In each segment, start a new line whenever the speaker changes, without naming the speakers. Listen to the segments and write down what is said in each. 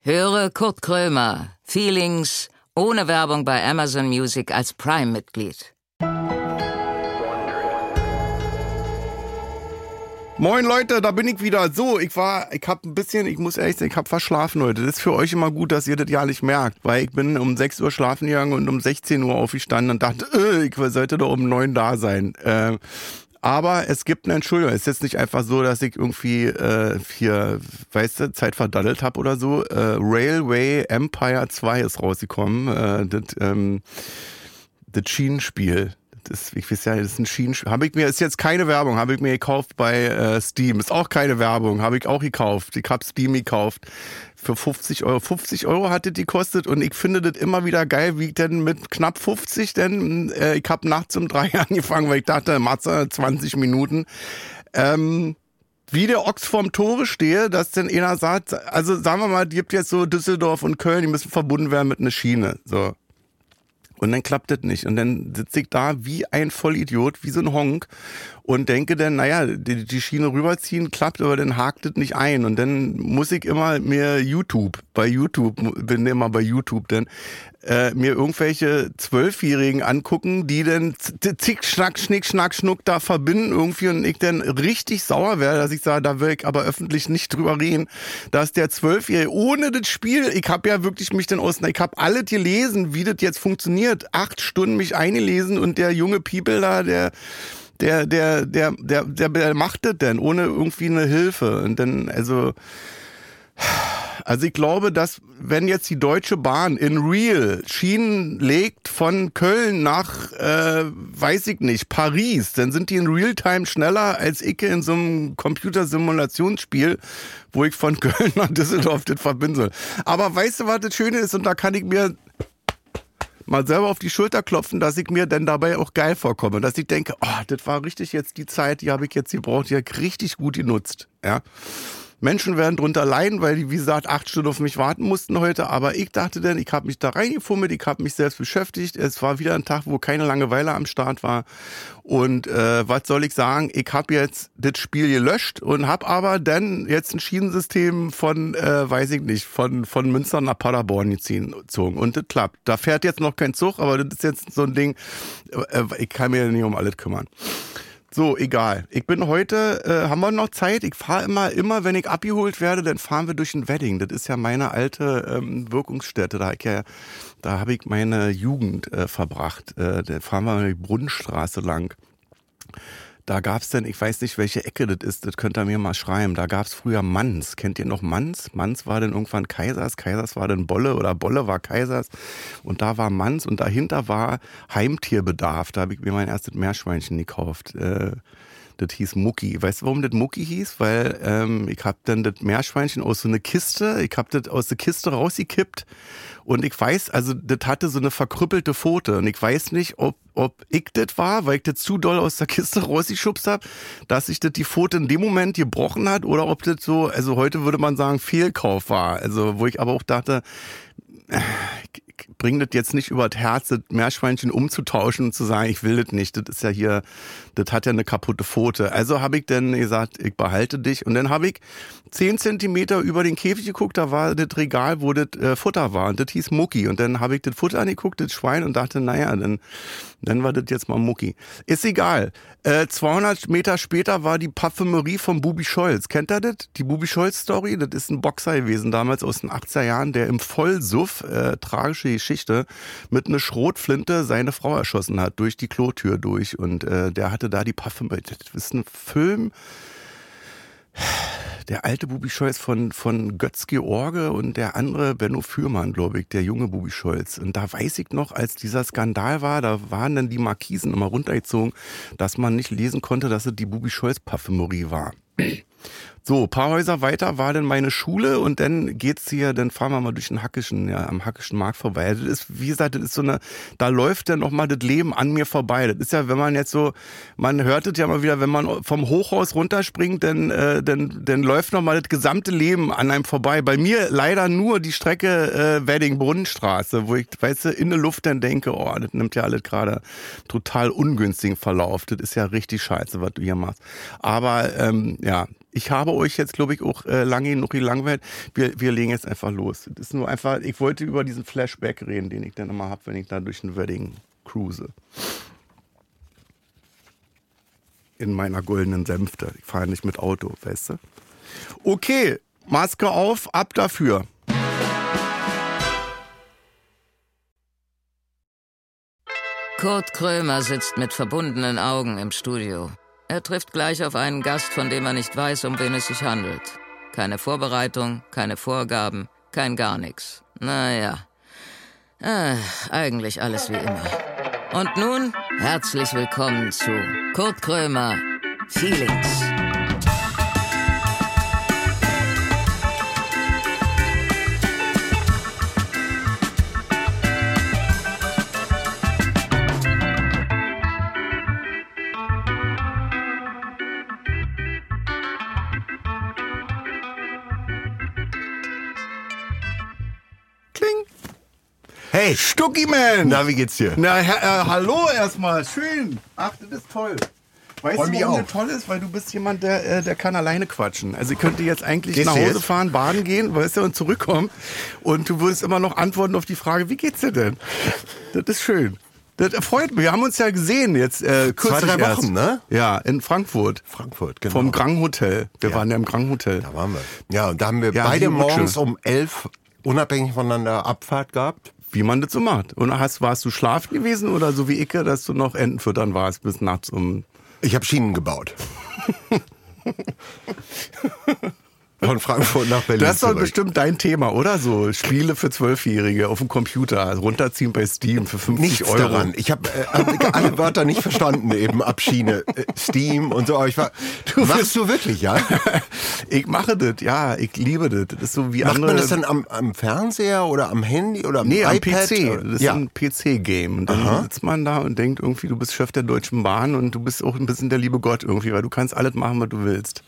Höre Kurt Krömer, Feelings, ohne Werbung bei Amazon Music als Prime-Mitglied.
Moin Leute, da bin ich wieder. So, ich war, ich hab ein bisschen, ich muss ehrlich sagen, ich hab verschlafen heute. Das ist für euch immer gut, dass ihr das ja nicht merkt, weil ich bin um 6 Uhr schlafen gegangen und um 16 Uhr aufgestanden und dachte, äh, ich sollte doch um 9 da sein. Ähm, aber es gibt eine Entschuldigung. Es ist jetzt nicht einfach so, dass ich irgendwie äh, hier, weißt du, Zeit verdaddelt habe oder so. Äh, Railway Empire 2 ist rausgekommen. Äh, das, ähm, das Schienenspiel. Das, ich weiß ja, das ist ein Schienenspiel. Habe ich mir, ist jetzt keine Werbung, habe ich mir gekauft bei äh, Steam. Ist auch keine Werbung, habe ich auch gekauft. Ich habe Steam gekauft. Für 50 Euro. 50 Euro hat das gekostet und ich finde das immer wieder geil, wie ich denn mit knapp 50 denn, äh, ich habe nachts um drei angefangen, weil ich dachte, Matze, 20 Minuten. Ähm, wie der Ochs vorm Tore stehe, dass denn einer sagt, also sagen wir mal, die gibt jetzt so Düsseldorf und Köln, die müssen verbunden werden mit einer Schiene. So. Und dann klappt das nicht. Und dann sitze ich da wie ein Vollidiot, wie so ein Honk und denke dann, naja, die, die Schiene rüberziehen klappt, aber dann hakt das nicht ein. Und dann muss ich immer mir YouTube, bei YouTube, bin immer bei YouTube, dann äh, mir irgendwelche Zwölfjährigen angucken, die dann z- zick, schnack, schnick, schnack, schnuck da verbinden irgendwie und ich dann richtig sauer werde, dass ich sage, da will ich aber öffentlich nicht drüber reden, dass der Zwölfjährige ohne das Spiel, ich habe ja wirklich mich dann aus, ich habe alle gelesen, wie das jetzt funktioniert, acht Stunden mich eingelesen und der junge People da, der der, der, der, der, der, der macht das denn ohne irgendwie eine Hilfe und dann, also, also ich glaube, dass wenn jetzt die Deutsche Bahn in Real Schienen legt von Köln nach, äh, weiß ich nicht, Paris, dann sind die in Realtime schneller als ich in so einem Computersimulationsspiel, wo ich von Köln nach Düsseldorf das verbinden soll. Aber weißt du, was das Schöne ist? Und da kann ich mir mal selber auf die Schulter klopfen, dass ich mir dann dabei auch geil vorkomme. Dass ich denke, oh, das war richtig jetzt die Zeit, die habe ich jetzt gebraucht, die habe ich richtig gut genutzt. Ja. Menschen werden drunter leiden, weil die, wie gesagt, acht Stunden auf mich warten mussten heute. Aber ich dachte dann, ich habe mich da reingefummelt, ich habe mich selbst beschäftigt. Es war wieder ein Tag, wo keine Langeweile am Start war. Und äh, was soll ich sagen? Ich habe jetzt das Spiel gelöscht und habe aber dann jetzt ein Schienensystem von, äh, weiß ich nicht, von, von Münster nach Paderborn gezogen. Und das klappt. Da fährt jetzt noch kein Zug, aber das ist jetzt so ein Ding, äh, ich kann mir nicht um alles kümmern. So, egal. Ich bin heute, äh, haben wir noch Zeit? Ich fahre immer, immer, wenn ich abgeholt werde, dann fahren wir durch ein Wedding. Das ist ja meine alte ähm, Wirkungsstätte. Da, hab ich ja, da habe ich meine Jugend äh, verbracht. Äh, da fahren wir die Brunnenstraße lang. Da gab's denn, ich weiß nicht, welche Ecke das ist, das könnt ihr mir mal schreiben. Da gab's früher Manns. Kennt ihr noch Manns? Manns war dann irgendwann Kaisers, Kaisers war dann Bolle oder Bolle war Kaisers. Und da war Manns und dahinter war Heimtierbedarf. Da habe ich mir mein erstes Meerschweinchen gekauft. Äh, das hieß Mucki. Weißt du, warum das Mucki hieß? Weil ähm, ich hab dann das Meerschweinchen aus so einer Kiste, ich hab das aus der Kiste rausgekippt und ich weiß, also das hatte so eine verkrüppelte Pfote und ich weiß nicht, ob, ob ich das war, weil ich das zu doll aus der Kiste rausgeschubst hab, dass ich das die Pfote in dem Moment gebrochen hat oder ob das so, also heute würde man sagen, Fehlkauf war. Also wo ich aber auch dachte, äh, bringe das jetzt nicht über das Herz, das Meerschweinchen umzutauschen und zu sagen, ich will das nicht. Das ist ja hier, das hat ja eine kaputte Pfote. Also habe ich dann gesagt, ich behalte dich. Und dann habe ich zehn Zentimeter über den Käfig geguckt, da war das Regal, wo das äh, Futter war. Und das hieß Mucki. Und dann habe ich das Futter angeguckt, das Schwein, und dachte, naja, dann, dann war das jetzt mal Mucki. Ist egal. Äh, 200 Meter später war die Parfümerie von Bubi Scholz. Kennt ihr das? Die Bubi Scholz-Story? Das ist ein Boxer gewesen, damals aus den 80er Jahren, der im Vollsuff, äh, tragische Geschichte, mit einer Schrotflinte seine Frau erschossen hat, durch die Klotür durch. Und äh, der hatte da die Parfümerie. Das ist ein Film der alte Bubi Scholz von, von Götz-George und der andere Benno Fürmann, glaube ich, der junge Bubi Scholz. Und da weiß ich noch, als dieser Skandal war, da waren dann die Markisen immer runtergezogen, dass man nicht lesen konnte, dass es die Bubi Scholz-Parfümerie war. So, paar Häuser weiter war dann meine Schule und dann geht's hier, dann fahren wir mal durch den Hackischen, ja, am Hackischen Markt vorbei. Das ist, wie gesagt, das ist so eine, da läuft dann nochmal das Leben an mir vorbei. Das ist ja, wenn man jetzt so, man hört es ja mal wieder, wenn man vom Hochhaus runterspringt, dann, äh, dann, dann läuft nochmal das gesamte Leben an einem vorbei. Bei mir leider nur die Strecke äh, Wedding-Brunnenstraße, wo ich, weißt du, in der Luft dann denke, oh, das nimmt ja alles gerade total ungünstigen Verlauf. Das ist ja richtig scheiße, was du hier machst. Aber, ähm, ja, Ich habe euch jetzt, glaube ich, auch äh, lange genug gelangweilt. Wir, wir legen jetzt einfach los. Das ist nur einfach, ich wollte über diesen Flashback reden, den ich dann immer habe, wenn ich da durch ein Wedding cruise. In meiner goldenen Sänfte. Ich fahre nicht mit Auto, weißt du? Okay, Maske auf, ab dafür.
Kurt Krömer sitzt mit verbundenen Augen im Studio. Er trifft gleich auf einen Gast, von dem er nicht weiß, um wen es sich handelt. Keine Vorbereitung, keine Vorgaben, kein gar nichts. Naja, äh, eigentlich alles wie immer. Und nun herzlich willkommen zu Kurt Krömer, Feelings.
Kling.
Hey,
Stuckiman!
na, wie geht's dir?
Na, ha- äh, hallo erstmal, schön. Ach, das ist toll. Weißt
Freu
du,
mich
warum
auch.
das toll ist? Weil du bist jemand, der, äh, der kann alleine quatschen. Also ich könnte jetzt eigentlich
Gehst
nach
du
Hause
jetzt?
fahren, baden gehen, weißt du, und zurückkommen. Und du würdest immer noch antworten auf die Frage, wie geht's dir denn? Das ist schön. Das erfreut mich. Wir haben uns ja gesehen jetzt äh, kürzlich
drei
erst.
Wochen, ne?
Ja, in Frankfurt.
Frankfurt, genau.
Vom Grand Hotel. Wir
Ja.
waren ja im Grand Hotel.
da waren wir. Ja, und da haben wir
Ja, die
beide
Rutsche.
morgens um elf unabhängig voneinander Abfahrt gehabt.
Wie man das so macht. Und hast, warst du schlafen gewesen oder so wie ich, dass du noch Enten füttern warst bis nachts um
Ich habe Schienen gebaut. Von Frankfurt nach Berlin.
Das ist doch
zurück.
bestimmt dein Thema, oder? So Spiele für Zwölfjährige auf dem Computer, runterziehen bei Steam für 50
Nichts
Euro.
daran. Ich habe äh, hab alle Wörter nicht verstanden, eben ab Schiene, äh, Steam und so. Aber ich war, machst du wirklich, ja?
Ich mache das, ja, ich liebe das. Das ist so wie
Macht
andere.
man das dann am, am Fernseher oder am Handy oder am
Nee, am
iPad?
PC. Das ist
ja.
ein PC-Game. Und dann sitzt man da und denkt irgendwie, du bist Chef der Deutschen Bahn und du bist auch ein bisschen der liebe Gott irgendwie, weil du kannst alles machen, was du willst.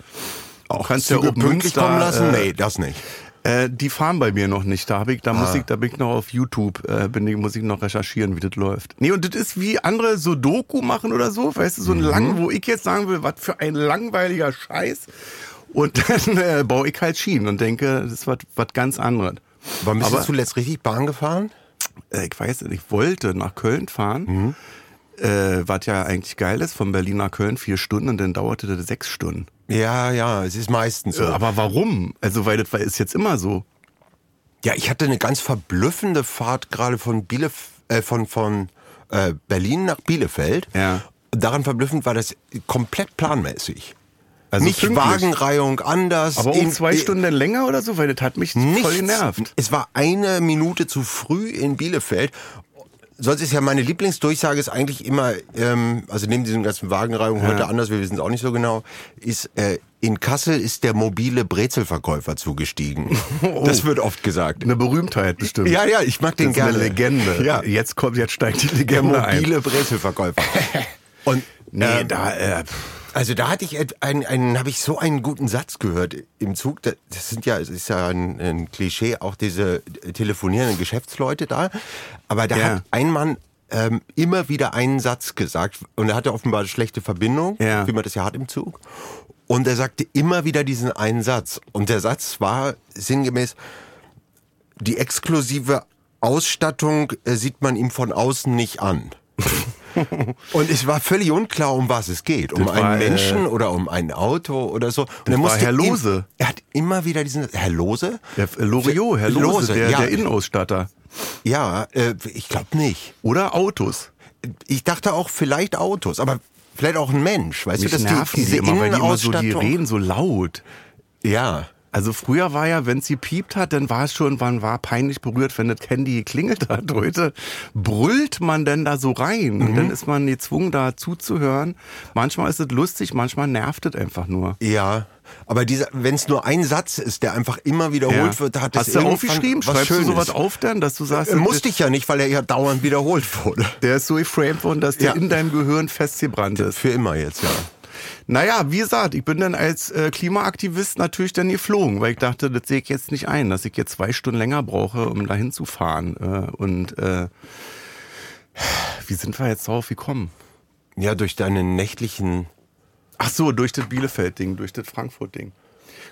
Auch kannst ja
Züge
auch
pünktlich
Münster,
kommen lassen?
äh,
nee, das nicht.
Äh, die fahren bei mir noch nicht. Da, hab ich, da, muss ich, da bin ich noch auf YouTube, äh, bin, ich- muss ich noch recherchieren, wie das läuft. Nee, und das ist wie andere so Doku machen oder so, weißt du, so ein lang, wo ich jetzt sagen will, was für ein langweiliger Scheiß. Und dann äh, baue ich halt Schienen und denke, das ist was was ganz anderes.
Wann bist
Aber-
du zuletzt richtig Bahn gefahren?
Äh, ich weiß nicht, ich wollte nach Köln fahren, äh, was ja eigentlich geil ist, von Berlin nach Köln vier Stunden und dann dauerte das sechs Stunden.
Ja, ja, es ist meistens so.
Äh, Aber warum? Also, weil das ist jetzt immer so.
Ja, ich hatte eine ganz verblüffende Fahrt gerade von Bielef äh, von, von äh, Berlin nach Bielefeld.
Ja.
Daran verblüffend war das komplett planmäßig.
Also
Nicht
pünktlich.
Wagenreihung anders.
Aber um
in-
zwei
in-
Stunden länger oder so, weil das hat mich voll
nichts.
genervt.
Es war eine Minute zu früh in Bielefeld. Sonst ist ja meine Lieblingsdurchsage ist eigentlich immer, ähm, also neben diesem ganzen Wagenreihung heute anders, wir wissen es auch nicht so genau, ist äh, in Kassel ist der mobile Brezelverkäufer zugestiegen.
Oh.
Das wird oft gesagt.
Eine Berühmtheit bestimmt.
Ja, ja, ich mag den
das ist
gerne.
eine Legende.
Ja,
Jetzt kommt, jetzt steigt die
der
Legende ein.
mobile Brezelverkäufer. Und
Nee,
ähm,
da, äh, pff,
also da hatte ich et- einen, einen habe ich so einen guten Satz gehört im Zug. Da- Das sind ja, es ist ja ein, ein Klischee, auch diese äh, telefonierenden Geschäftsleute da. Aber da
Ja.
hat ein Mann ähm, immer wieder einen Satz gesagt und er hatte offenbar eine schlechte Verbindung,
Ja.
wie man das ja hat im Zug. Und er sagte immer wieder diesen einen Satz. Und der Satz war sinngemäß, die exklusive Ausstattung äh, sieht man ihm von außen nicht an. Und es war völlig unklar, um was es geht. Um
Das
einen
war, äh,
Menschen oder um ein Auto oder so. Und er musste
Herr Lose.
Im, er hat immer wieder diesen. Herr Lose?
der äh, Loriot, Herr Lose, der,
ja,
der Innenausstatter.
ja äh, ich glaube nicht.
Oder Autos.
Ich dachte auch vielleicht Autos, aber vielleicht auch ein Mensch. Weißt
Mich
du, dass
nerven
die, diese
immer, weil die immer so, die
Innenausstattung.
reden so laut.
ja.
Also früher war ja, wenn sie piept hat, dann war es schon, man war peinlich berührt, wenn das Handy geklingelt hat. Heute brüllt man denn da so rein und
Mhm.
dann ist man gezwungen, da zuzuhören. Manchmal ist es lustig, manchmal nervt es einfach nur.
Ja, aber wenn es nur ein Satz ist, der einfach immer wiederholt
Ja.
wird, hat es
Hast du
irgendwann
aufgeschrieben?
was
Schreibst du
Schönes.
sowas auf dann, dass du sagst,
Äh,
das-
Musste ich ja nicht, weil er ja dauernd wiederholt wurde.
Der ist so geframed worden, dass der
Ja.
in deinem Gehirn festgebrannt ist.
Für immer jetzt, ja.
Naja, wie gesagt, ich bin dann als äh, Klimaaktivist natürlich dann geflogen, weil ich dachte, das sehe ich jetzt nicht ein, dass ich jetzt zwei Stunden länger brauche, um dahin zu fahren. Äh, und äh, wie sind wir jetzt darauf gekommen?
Ja, durch deine nächtlichen
Ach so, durch das Bielefeld-Ding, durch das Frankfurt-Ding.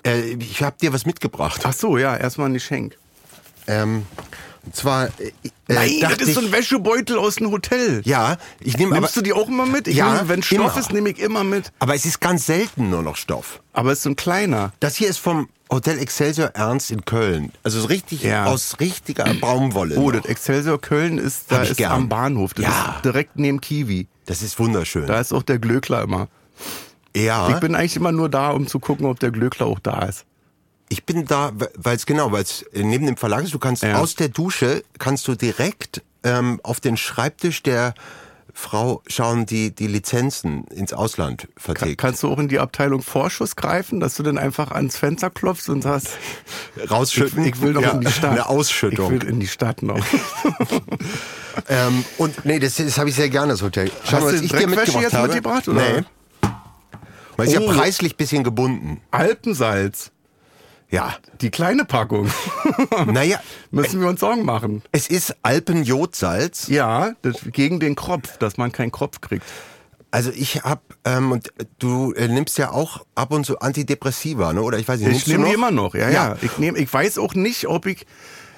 Äh, ich habe dir was mitgebracht.
Ach so, ja, erstmal ein Geschenk.
Ähm, und zwar äh,
Nein,
äh,
das
dachte
ist so
ich,
ein Wäschebeutel aus dem Hotel.
ja, ich nehme aber,
Nimmst du die auch immer mit? Ich
Ja,
nehme, wenn Stoff
immer.
ist, nehme ich immer mit.
aber es ist ganz selten nur noch Stoff.
Aber es ist so ein kleiner.
Das hier ist vom Hotel Excelsior Ernst in Köln. Also so richtig
Ja.
aus richtiger Baumwolle.
Oh,
noch.
das Excelsior Köln ist, da
Hab ich
ist
gern.
am Bahnhof. Das
Ja.
ist direkt neben Kiwi.
das ist wunderschön.
Da ist auch der Glöckler immer.
ja,
Ich bin eigentlich immer nur da, um zu gucken, ob der Glöckler auch da ist.
ich bin da, weil es genau, weil es neben dem Verlag ist, du kannst
Ja.
aus der Dusche kannst du direkt ähm, auf den Schreibtisch der Frau schauen, die die Lizenzen ins Ausland
Ka
vertickt.
kannst du auch in die Abteilung Vorschuss greifen, dass du dann einfach ans Fenster klopfst und sagst, ich,
Rausschütten.
ich will noch
Ja,
in die Stadt.
Eine Ausschüttung.
Ich will in die Stadt noch.
Ähm, und nee, das, das habe ich sehr gerne, das Hotel.
Hast
Schau mal,
du
was ich dir
Dreckwäsche
mitgebracht
jetzt
habe.
mitgebracht, oder?
Nee. Man ist
Oh.
ja preislich ein bisschen gebunden.
Alpensalz,
Ja.
die kleine Packung.
Naja,
Müssen wir uns Sorgen machen.
es ist Alpenjodsalz.
Ja, das, gegen den Kropf, dass man keinen Kropf kriegt.
Also ich hab, ähm, und du äh, nimmst ja auch ab und zu Antidepressiva, ne? Oder ich weiß nicht,
Ich
nimmst du
nehme die
noch?
immer noch, ja, ja. Ich, nehm, ich weiß auch nicht, ob ich.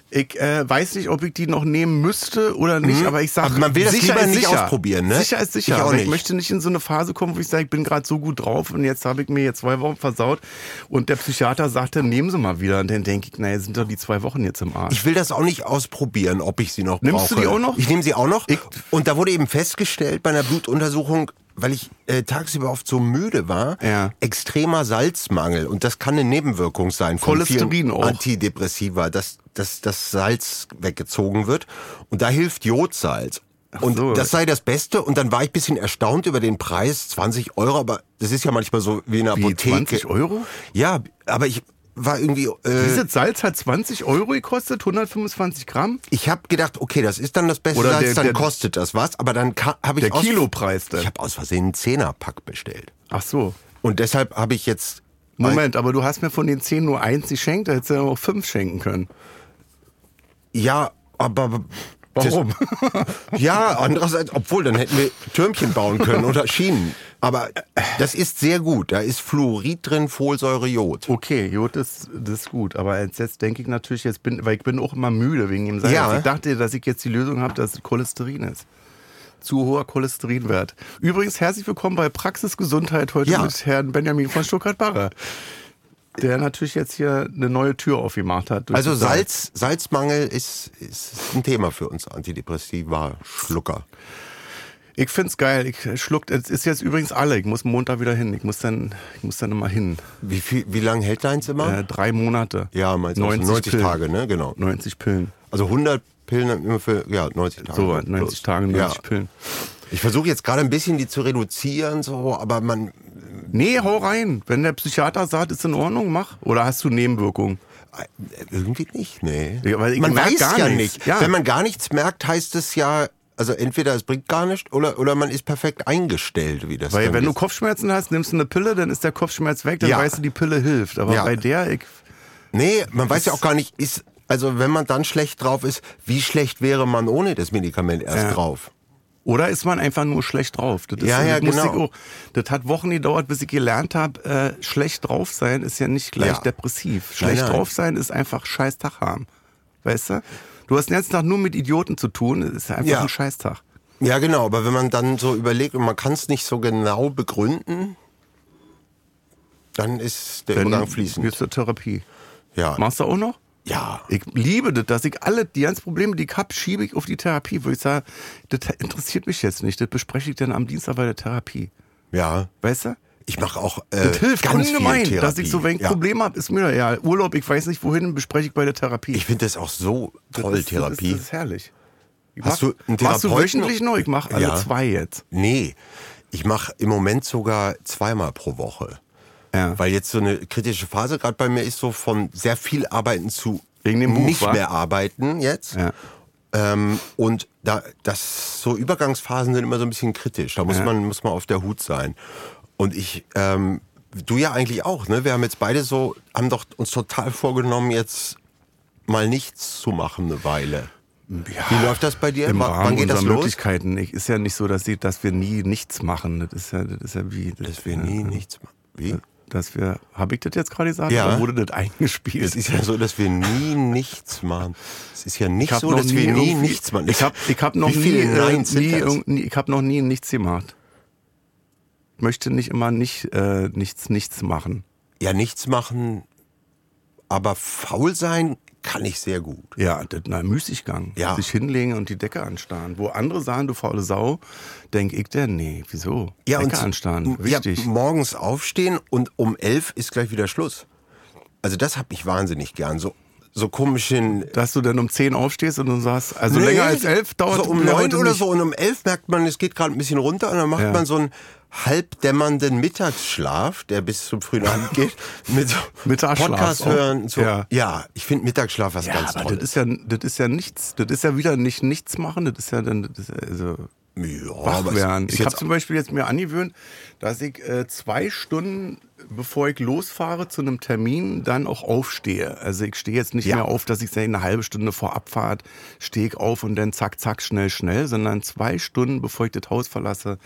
Ich äh, weiß nicht, ob ich die noch nehmen müsste oder nicht, aber ich sage,
Mhm. Aber man will das
sicher
lieber
ist
nicht
sicher.
ausprobieren, ne?
Sicher ist sicher.
Ich auch
aber ich
nicht.
möchte nicht in so eine Phase kommen, wo ich sage, ich bin gerade so gut drauf und jetzt habe ich mir jetzt zwei Wochen versaut und der Psychiater sagte, nehmen Sie mal wieder. Und dann denke ich, naja, sind doch die zwei Wochen jetzt im Arsch.
Ich will das auch nicht ausprobieren, ob ich sie noch
Nimmst
brauche.
du die auch noch?
Ich nehme sie auch noch.
Ich-
und da wurde eben festgestellt bei einer Blutuntersuchung, weil ich äh, tagsüber oft so müde war,
Ja.
extremer Salzmangel. Und das kann eine Nebenwirkung sein von
Cholesterin
vielen
auch.
Antidepressiva, dass, dass das Salz weggezogen wird. Und da hilft Jodsalz. Und
so.
das sei das Beste. Und dann war ich ein bisschen erstaunt über den Preis, 20 Euro. Aber das ist ja manchmal so wie in der
Wie,
Apotheke.
20 Euro?
Ja, aber ich war irgendwie... Äh,
Dieses Salz hat 20 Euro gekostet, 125 Gramm.
ich habe gedacht, okay, das ist dann das beste
Oder
Salz,
der-
dann
der-
kostet das was, aber dann habe ich
Der
aus,
Kilopreis
Ich
denn.
habe aus Versehen einen Zehnerpack bestellt.
Ach so.
Und deshalb habe ich jetzt
Moment, aber du hast mir von den 10 nur eins geschenkt, da hättest du ja auch fünf schenken können.
ja, aber
Warum?
Das, ja, andererseits, obwohl dann hätten wir Türmchen bauen können oder Schienen, aber das ist sehr gut, da ist Fluorid drin, Folsäure, Jod.
Okay, gut, das, das ist gut. Aber als jetzt denke ich natürlich, jetzt bin, weil ich bin auch immer müde wegen dem Salz.
Ja.
Ich dachte, dass ich jetzt die Lösung habe, dass es Cholesterin ist. Zu hoher Cholesterinwert. Übrigens, herzlich willkommen bei Praxis Gesundheit heute
Ja.
mit Herrn Benjamin von Stuttgart-Barre. Der natürlich jetzt hier eine neue Tür aufgemacht hat. durch
Also
das
Salz, Salzmangel ist, ist ein Thema für uns Antidepressiva Schlucker.
Ich find's geil. Ich schluckt. Es ist jetzt übrigens alle. Ich muss Montag wieder hin. Ich muss dann, ich muss dann immer hin.
Wie viel, wie lange hält deins immer?
Äh, drei Monate.
ja, meinst du
90
90
Pillen.
Tage, ne? Genau.
90 Pillen.
Also 100 Pillen immer für ja 90 Tage.
So, 90 Tage, 90
ja.
Pillen.
Ich versuche jetzt gerade ein bisschen die zu reduzieren, so, aber man
Nee, hau rein. Wenn der Psychiater sagt, ist in Ordnung, mach. Oder hast du Nebenwirkungen?
äh, irgendwie nicht, nee.
Ja, weil ich
man
merk
weiß
gar
ja
nichts.
nicht.
Ja.
Wenn man gar nichts merkt, heißt es ja, also entweder es bringt gar nichts oder oder man ist perfekt eingestellt, wie das
Weil
dann
wenn du
ist.
Kopfschmerzen hast, nimmst du eine Pille, dann ist der Kopfschmerz weg, dann
Ja.
weißt du, die Pille hilft. Aber
Ja.
bei der, ich,
Nee, man weiß ja auch gar nicht, ist also wenn man dann schlecht drauf ist, wie schlecht wäre man ohne das Medikament erst
Ja.
drauf?
oder ist man einfach nur schlecht drauf? Das, ist,
Ja, ja,
das muss
genau.
Ich auch, das hat Wochen gedauert, bis ich gelernt habe, äh, schlecht drauf sein ist ja nicht gleich
Ja.
depressiv. Schlecht
nein.
drauf sein ist einfach scheiß Tag haben. Weißt du? Du hast den ganzen Tag nur mit Idioten zu tun, es ist einfach
Ja.
ein Scheißtag.
Ja, genau, aber wenn man dann so überlegt und man kann es nicht so genau begründen, dann ist der Übergang fließend.
gehst du Therapie.
Ja.
Machst du auch noch?
Ja.
Ich liebe das, dass ich alle die ganzen Probleme, die ich habe, schiebe ich auf die Therapie, wo ich sage, das interessiert mich jetzt nicht, das bespreche ich dann am Dienstag bei der Therapie.
Ja.
Weißt du?
Ich mache auch äh,
Das hilft
ganz
ungemein,
viel Therapie.
dass ich so wenig
ja.
Probleme habe, ist mir doch egal. Urlaub, ich weiß nicht wohin, bespreche ich bei der Therapie.
Ich finde das auch so toll,
das ist,
Therapie.
Das ist, das ist herrlich. Ich
Hast du einen
machst du
Therapeuten?
wöchentlich noch? Ich mache alle
Ja.
zwei jetzt.
nee, ich mache im Moment sogar zweimal pro Woche.
Ja.
Weil jetzt so eine kritische Phase gerade bei mir ist, so von sehr viel arbeiten zu
Wegen dem Buch,
nicht
wa?
mehr arbeiten jetzt.
Ja.
Ähm, und da, das, so Übergangsphasen sind immer so ein bisschen kritisch. Da muss man, muss man auf der Hut sein. Und ich, ähm, du ja eigentlich auch, ne? Wir haben jetzt beide so, haben doch uns total vorgenommen, jetzt mal nichts zu machen eine Weile. Wie läuft das bei dir?
Im
Wann-
Rahmen
Wann geht
unserer
das los?
Möglichkeiten. Ich, ist ja nicht so, dass, sie, dass wir nie nichts machen. Das ist ja, das ist ja wie. Das,
Dass wir nie nichts machen. Wie?
Dass wir. Habe ich das jetzt gerade gesagt?
Ja.
Oder wurde das eingespielt?
Es ist ja so, dass wir nie nichts machen. Es ist ja nicht
hab
so, dass wir nie
irgendwie-
nichts machen.
Ich habe ich hab noch,
Wie
nie,
viele
äh,
Nein sind
nie,
das?
irgend- nie, ich hab noch nie nichts gemacht. Ich möchte nicht immer nicht, äh, nichts, nichts machen.
Ja, nichts machen, aber faul sein kann ich sehr gut.
Ja, das- na, Müßiggang.
Ja.
Sich hinlegen und die Decke anstarren. Wo andere sagen, du faule Sau, denk ich denn, nee, wieso? Decke anstarren, wichtig.
Ja, morgens aufstehen und um elf ist gleich wieder Schluss. Also das hab ich wahnsinnig gern. So, so komischen...
Dass du dann um 10 aufstehst und dann sagst, also
Nee,
länger als 11 dauert
So um
mir
neun
heute
oder
nicht.
so und um elf merkt man, es geht gerade ein bisschen runter und dann macht
Ja.
man so einen halbdämmernden Mittagsschlaf, der bis zum frühen Abend geht, mit so
Mittagsschlaf
Podcast
auch.
hören. So.
Ja.
Ja. ich finde Mittagsschlaf was
Ja,
ganz
aber das
Tolles.
ist ja, das ist ja nichts. Das ist ja wieder nicht nichts machen. Das ist ja dann, das ist ja, also,
ja, aber
wach
es
werden.
ist
Ich
jetzt
habe zum Beispiel jetzt mir angewöhnt, dass ich äh, zwei Stunden, bevor ich losfahre zu einem Termin, dann auch aufstehe. Also ich stehe jetzt nicht mehr auf, dass ich sage, eine halbe Stunde vor Abfahrt stehe ich auf und dann zack, zack, schnell, schnell, sondern zwei Stunden, bevor ich das Haus verlasse,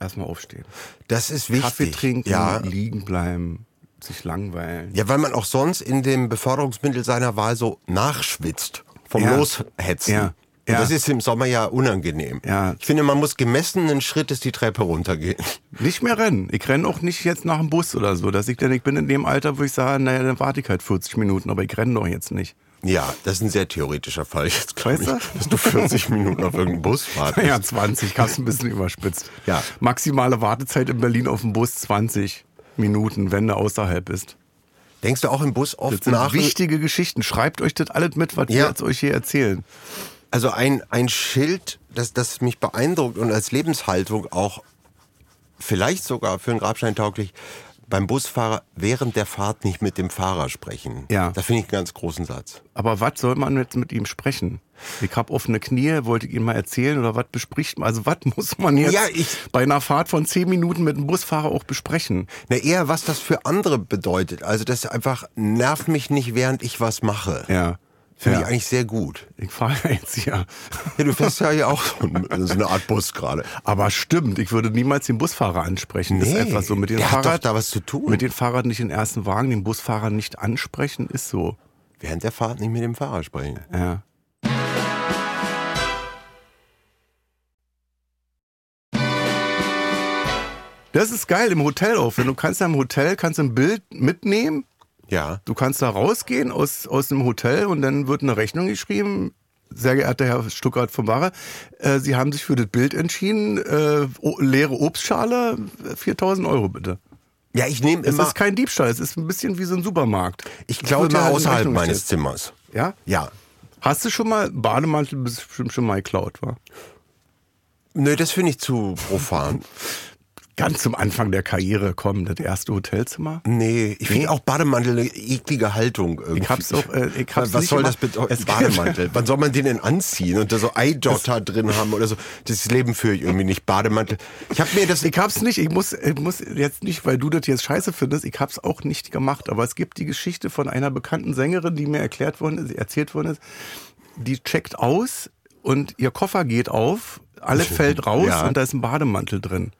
erstmal aufstehen.
Das ist wichtig.
Kaffee trinken,
Ja.
liegen bleiben, sich langweilen.
ja, weil man auch sonst in dem Beförderungsmittel seiner Wahl so nachschwitzt vom
Ja.
Loshetzen.
Ja. Ja.
Und das ist im Sommer ja unangenehm.
Ja.
Ich finde, man muss gemessenen Schrittes die Treppe runtergehen.
Nicht mehr rennen. Ich renne auch nicht jetzt nach dem Bus oder so. Dass ich, denn ich bin in dem Alter, wo ich sage, naja, dann warte ich halt 40 Minuten, aber ich renne doch jetzt nicht.
Ja, das ist ein sehr theoretischer Fall jetzt, glaube
Weißt
ich,
du?
dass du 40 Minuten auf irgendeinen Bus wartest.
Ja, 20, hast ein bisschen überspitzt.
Ja.
Maximale Wartezeit in Berlin auf dem Bus 20 Minuten, wenn du außerhalb bist.
Denkst du auch im Bus
Das
oft
sind
nach?
wichtige Geschichten. Schreibt euch das alles mit, was wir
Ja.
jetzt euch hier erzählen.
Also ein, ein Schild, das, das mich beeindruckt und als Lebenshaltung auch vielleicht sogar für einen Grabstein tauglich, beim Busfahrer während der Fahrt nicht mit dem Fahrer sprechen.
Ja.
Da finde ich einen ganz großen Satz.
Aber was soll man jetzt mit ihm sprechen? Ich hab offene Knie, wollte ich ihm mal erzählen oder was bespricht man? Also was muss man jetzt
Ja, ich-
bei einer Fahrt von 10 Minuten mit einem Busfahrer auch besprechen?
Na, eher was das für andere bedeutet. Also das ist einfach nervt mich nicht, während ich was mache.
Ja.
Finde
ja.
ich eigentlich sehr gut.
Ich fahre jetzt hier.
Ja, du fährst ja hier auch so, ein- so eine Art Bus gerade.
Aber stimmt, ich würde niemals den Busfahrer ansprechen.
Nee,
ist etwas so mit dem
der hat
Fahrrad.
doch da was zu tun.
Mit dem Fahrrad nicht in den ersten Wagen, den Busfahrer nicht ansprechen, ist so.
Während der Fahrt nicht mit dem Fahrer sprechen.
Ja. Das ist geil im Hotel auch. Wenn du kannst ja im Hotel kannst du ein Bild mitnehmen.
Ja.
Du kannst da rausgehen aus, aus dem Hotel und dann wird eine Rechnung geschrieben. Sehr geehrter Herr Stuckart von Barre, äh, Sie haben sich für das Bild entschieden. Äh, o- leere Obstschale, 4000 Euro bitte.
Ja, ich nehme
Es
immer.
ist kein Diebstahl, es ist ein bisschen wie so ein Supermarkt.
Ich
Es
glaube
wird dir
immer
halt in
außerhalb
Rechnung
meines
gestellt.
Zimmers.
Ja?
Ja.
Hast du schon mal Bademantel bestimmt schon mal geklaut, war?
Nö, das finde ich zu profan.
Ganz zum Anfang der Karriere kommen, das erste Hotelzimmer.
Nee, ich finde auch Bademantel eine eklige Haltung irgendwie.
Ich hab's auch, äh, ich hab's
Was
nicht
soll
immer-
das
Es-
bedeuten? Bademantel. Wann soll man den denn anziehen und da so Eidotter drin haben oder so? Das Leben führe ich irgendwie nicht. Bademantel. Ich habe mir das.
Ich hab's nicht, ich muss, ich muss jetzt nicht, weil du das jetzt scheiße findest, ich hab's auch nicht gemacht. Aber es gibt die Geschichte von einer bekannten Sängerin, die mir erklärt worden ist, erzählt worden ist, die checkt aus und ihr Koffer geht auf, alles fällt raus
Ja.
und da ist ein Bademantel drin.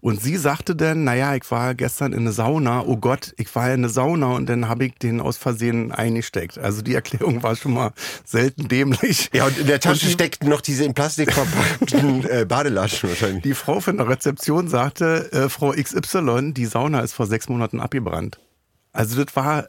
Und sie sagte dann, naja, ich war gestern in eine Sauna, oh Gott, ich war in eine Sauna und dann habe ich den aus Versehen eingesteckt. Also die Erklärung war schon mal selten dämlich.
Ja, und in der
Und
Tasche
die-
steckten noch diese in Plastik verpackten äh, Badelaschen wahrscheinlich.
Die Frau von der Rezeption sagte, äh, Frau XY, die Sauna ist vor sechs Monaten abgebrannt. Also das war,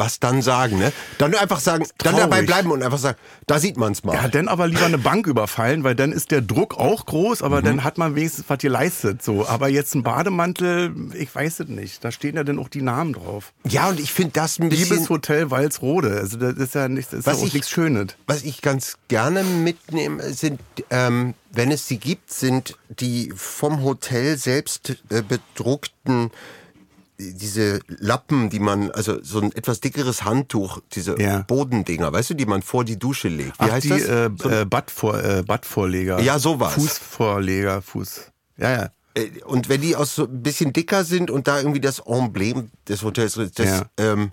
Was dann sagen, ne? Dann einfach sagen, dann
Traurig.
dabei bleiben und einfach sagen, da sieht man's mal.
ja, dann aber lieber eine Bank überfallen, weil dann ist der Druck auch groß,
Mhm.
aber dann hat man wenigstens was geleistet. So. Aber jetzt ein Bademantel, ich weiß es nicht. Da stehen ja dann auch die Namen drauf.
Ja, und ich finde das ein bisschen.
Liebes Hotel Walsrode. Also das ist ja nichts, das ist ja
Was
auch
ich-
nichts Schönes.
Was ich ganz gerne mitnehme, sind, ähm, wenn es sie gibt, sind die vom Hotel selbst äh, bedruckten äh, diese Lappen, die man, also so ein etwas dickeres Handtuch, diese
Ja.
Bodendinger, weißt du, die man vor die Dusche legt. Wie
Ach,
heißt
die
das?
äh, äh, Badvor, äh, Badvorleger.
Ja, sowas.
Fußvorleger, Fuß. Ja, ja.
Äh, Und wenn die aus so ein bisschen dicker sind und da irgendwie das Emblem des Hotels drin ist, das,
Ja.
ähm,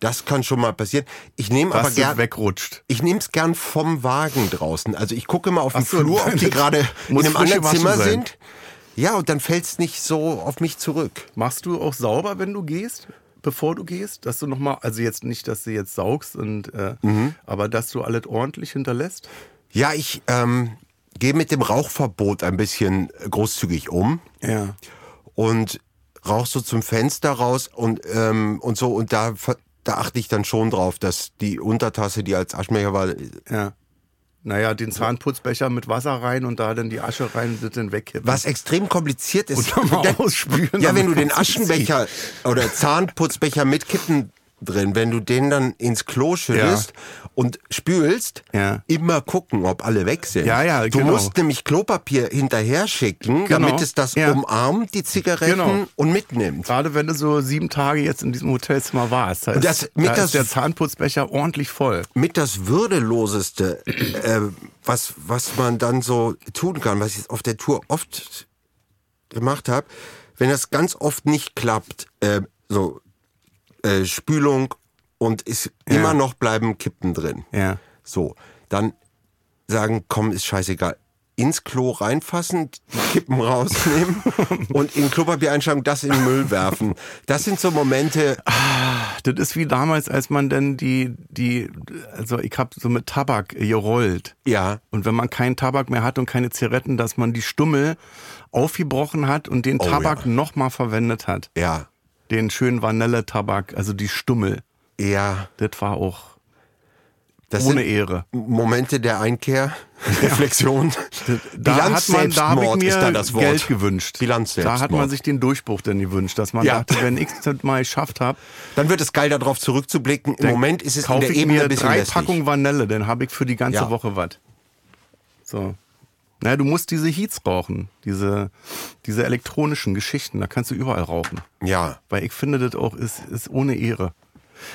Das kann schon mal passieren. Ich nehme aber
dass es
gern,
wegrutscht.
ich nehme es gern vom Wagen draußen. Also ich gucke mal auf den
Ach so,
Flur, ob die gerade in
muss
einem
frisch
anderen
gewaschen
Zimmer
sein.
sind. Ja, und dann fällt es nicht so auf mich zurück.
Machst du auch sauber, wenn du gehst? Bevor du gehst, dass du nochmal, also jetzt nicht, dass du jetzt saugst und äh,
Mhm.
aber dass du alles ordentlich hinterlässt.
Ja, ich ähm, gehe mit dem Rauchverbot ein bisschen großzügig um.
Ja.
und rauch so zum Fenster raus und, ähm, und so. Und da, ver- da achte ich dann schon drauf, dass die Untertasse, die als Aschenbecher war,
Ja. Naja, den Zahnputzbecher mit Wasser rein und da dann die Asche rein und das dann wegkippen.
was extrem kompliziert ist.
Und dann mal
Dann-
ausspülen,
ja, wenn du
damit
den
man's nicht
Aschenbecher oder Zahnputzbecher mit Kippen drin, wenn du den dann ins Klo schüttest und spülst,
Ja.
immer gucken, ob alle weg sind.
Ja, ja,
du
genau.
musst nämlich Klopapier hinterher schicken,
Genau.
damit es das
Ja.
umarmt, die Zigaretten
Genau.
und mitnimmt.
Gerade wenn du so sieben Tage jetzt in diesem Hotelzimmer warst, da ist,
Das- mit
da
das-
ist der Zahnputzbecher ordentlich voll.
mit das würdeloseste, äh, was, was man dann so tun kann, was ich auf der Tour oft gemacht habe, wenn das ganz oft nicht klappt, äh, so äh, Spülung und ist
Ja.
immer noch bleiben Kippen drin.
Ja.
So, dann sagen, komm, ist scheißegal. Ins Klo reinfassen, die Kippen rausnehmen und in Klopapier einschlagen, das in den Müll werfen. Das sind so Momente,
Das ist wie damals, als man dann die, die, also ich habe so mit Tabak gerollt.
ja.
Und wenn man keinen Tabak mehr hat und keine Zigaretten, dass man die Stummel aufgebrochen hat und den
Oh,
Tabak
ja.
nochmal verwendet hat.
Ja,
Den schönen Vanilletabak, also die Stummel.
ja.
Das war auch
Das
ohne
sind-
Ehre.
Momente der Einkehr, Reflexion.
Da hat man, da habe ich
Bilanzselbstmord
mir
ist da das Wort.
Geld gewünscht. Da
Bilanzselbstmord.
hat man sich den Durchbruch denn gewünscht, dass man
Ja.
dachte, wenn ich das mal geschafft habe,
Dann wird es geil, darauf zurückzublicken. Im
dann
Moment ist es in
kaufe
der
ich
Ebene
mir
ein bisschen
drei
lästig.
Packungen Vanille, dann habe ich für die ganze
Ja.
Woche was. So. Naja, du musst diese Heats rauchen, diese, diese elektronischen Geschichten, da kannst du überall rauchen.
Ja,
Weil ich finde, das auch ist, ist ohne Ehre.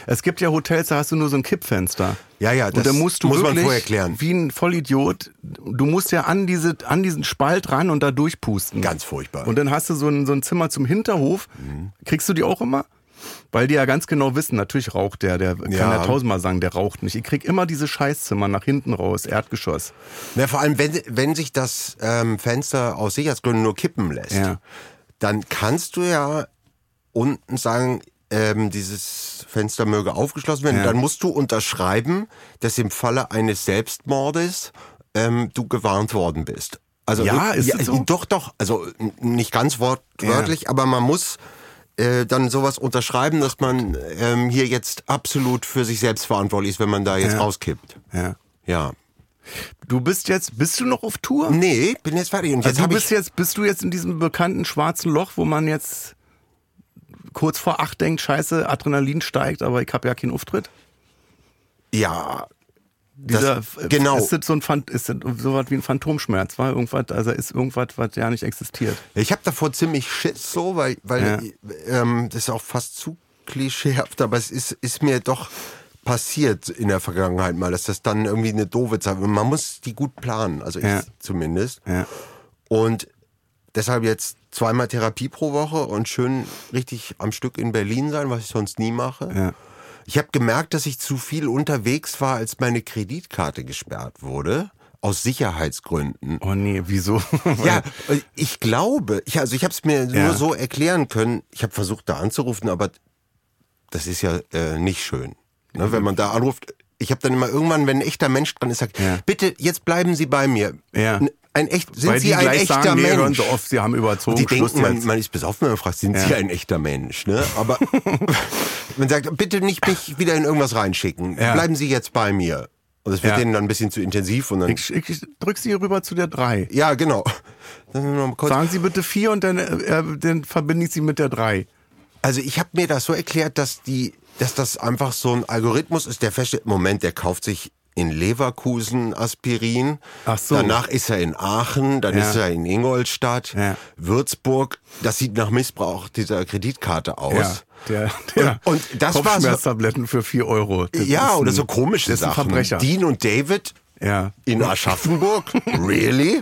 Es gibt ja Hotels, da hast du nur so ein Kippfenster.
Ja, ja,
und
das
dann musst du
muss man
wirklich,
vorher klären.
Wie ein Vollidiot, du musst ja an, diese, an diesen Spalt ran und da durchpusten.
ganz Mhm. furchtbar.
Und äh, dann hast du so ein, so ein Zimmer zum Hinterhof. Kriegst du die auch immer? Weil die ja ganz genau wissen, natürlich raucht der, der kann
Ja.
ja tausendmal sagen, der raucht nicht. Ich krieg immer diese Scheißzimmer nach hinten raus, Erdgeschoss.
Na, vor allem, wenn, wenn sich das ähm, Fenster aus Sicherheitsgründen nur kippen lässt,
Ja.
dann kannst du ja unten sagen, ähm, dieses Fenster möge aufgeschlossen werden.
Ja.
Dann musst du unterschreiben, dass im Falle eines Selbstmordes ähm, du gewarnt worden bist. Also
Ja, ist das so?
doch, doch. Also n- nicht ganz wortwörtlich, aber man muss äh, dann sowas unterschreiben, dass man ähm, hier jetzt absolut für sich selbst verantwortlich ist, wenn man da jetzt
Ja.
rauskippt.
Ja.
Ja.
Du bist jetzt, bist du noch auf Tour?
Nee, bin jetzt fertig. Und jetzt
also du
habe
bist
ich
jetzt, bist du jetzt in diesem bekannten schwarzen Loch, wo man jetzt kurz vor acht denkt, scheiße, Adrenalin steigt, aber ich habe ja keinen Auftritt.
ja
Dieser,
Das- genau.
Ist das so ein Phan- ist das sowas wie ein Phantomschmerz, war irgendwas, also ist irgendwas, was ja nicht existiert.
Ich habe davor ziemlich Schiss so, weil, weil ähm, das ist auch fast zu klischeehaft, aber es ist, ist mir doch passiert in der Vergangenheit mal, dass das dann irgendwie eine doofe Zeit und Man muss die gut planen, also
Ja.
ich zumindest.
Ja.
Und deshalb jetzt zweimal Therapie pro Woche und schön richtig am Stück in Berlin sein, was ich sonst nie mache.
Ja.
Ich habe gemerkt, dass ich zu viel unterwegs war, als meine Kreditkarte gesperrt wurde. Aus Sicherheitsgründen.
Oh nee, wieso?
Ja, äh, ich glaube, ich, also ich habe es mir
Ja.
nur so erklären können. Ich habe versucht, da anzurufen, aber das ist ja äh, nicht schön, ne,
Mhm.
wenn man da anruft. Ich habe dann immer irgendwann, wenn ein echter Mensch dran ist, sagt,
Ja.
bitte, jetzt bleiben Sie bei mir.
Ja.
N- Ein echt, sind
Weil
Sie
die
ein
gleich
echter
sagen, nee, hören
Mensch?
Sie auf, Sie haben überzogen.
Die
Schluss
denken, man,
jetzt.
man ist besoffen, wenn man fragt, sind Sie
Ja.
ein echter Mensch? Ne? Aber man sagt, bitte nicht mich wieder in irgendwas reinschicken.
Ja.
Bleiben Sie jetzt bei mir. Und das wird
Ja.
denen dann ein bisschen zu intensiv. Und dann,
ich, ich, ich drück Sie hier rüber zu der 3.
ja, genau. Dann noch mal kurz
Sagen Sie bitte 4 und dann, äh, dann verbinde ich Sie mit der 3.
Also ich habe mir das so erklärt, dass die, dass das einfach so ein Algorithmus ist, der feststellt, Moment, der kauft sich in Leverkusen Aspirin.
Ach so.
Danach ist er in Aachen, dann
Ja.
ist er in Ingolstadt,
Ja.
Würzburg. Das sieht nach Missbrauch dieser Kreditkarte aus.
Der, der
Und- und das war so-
Kopfschmerztabletten für 4 Euro. Das ist
Ja,
ein-
oder so komische
das ist ein
Sachen.
Verbrecher.
Dean und David
ja.
in Aschaffenburg? really?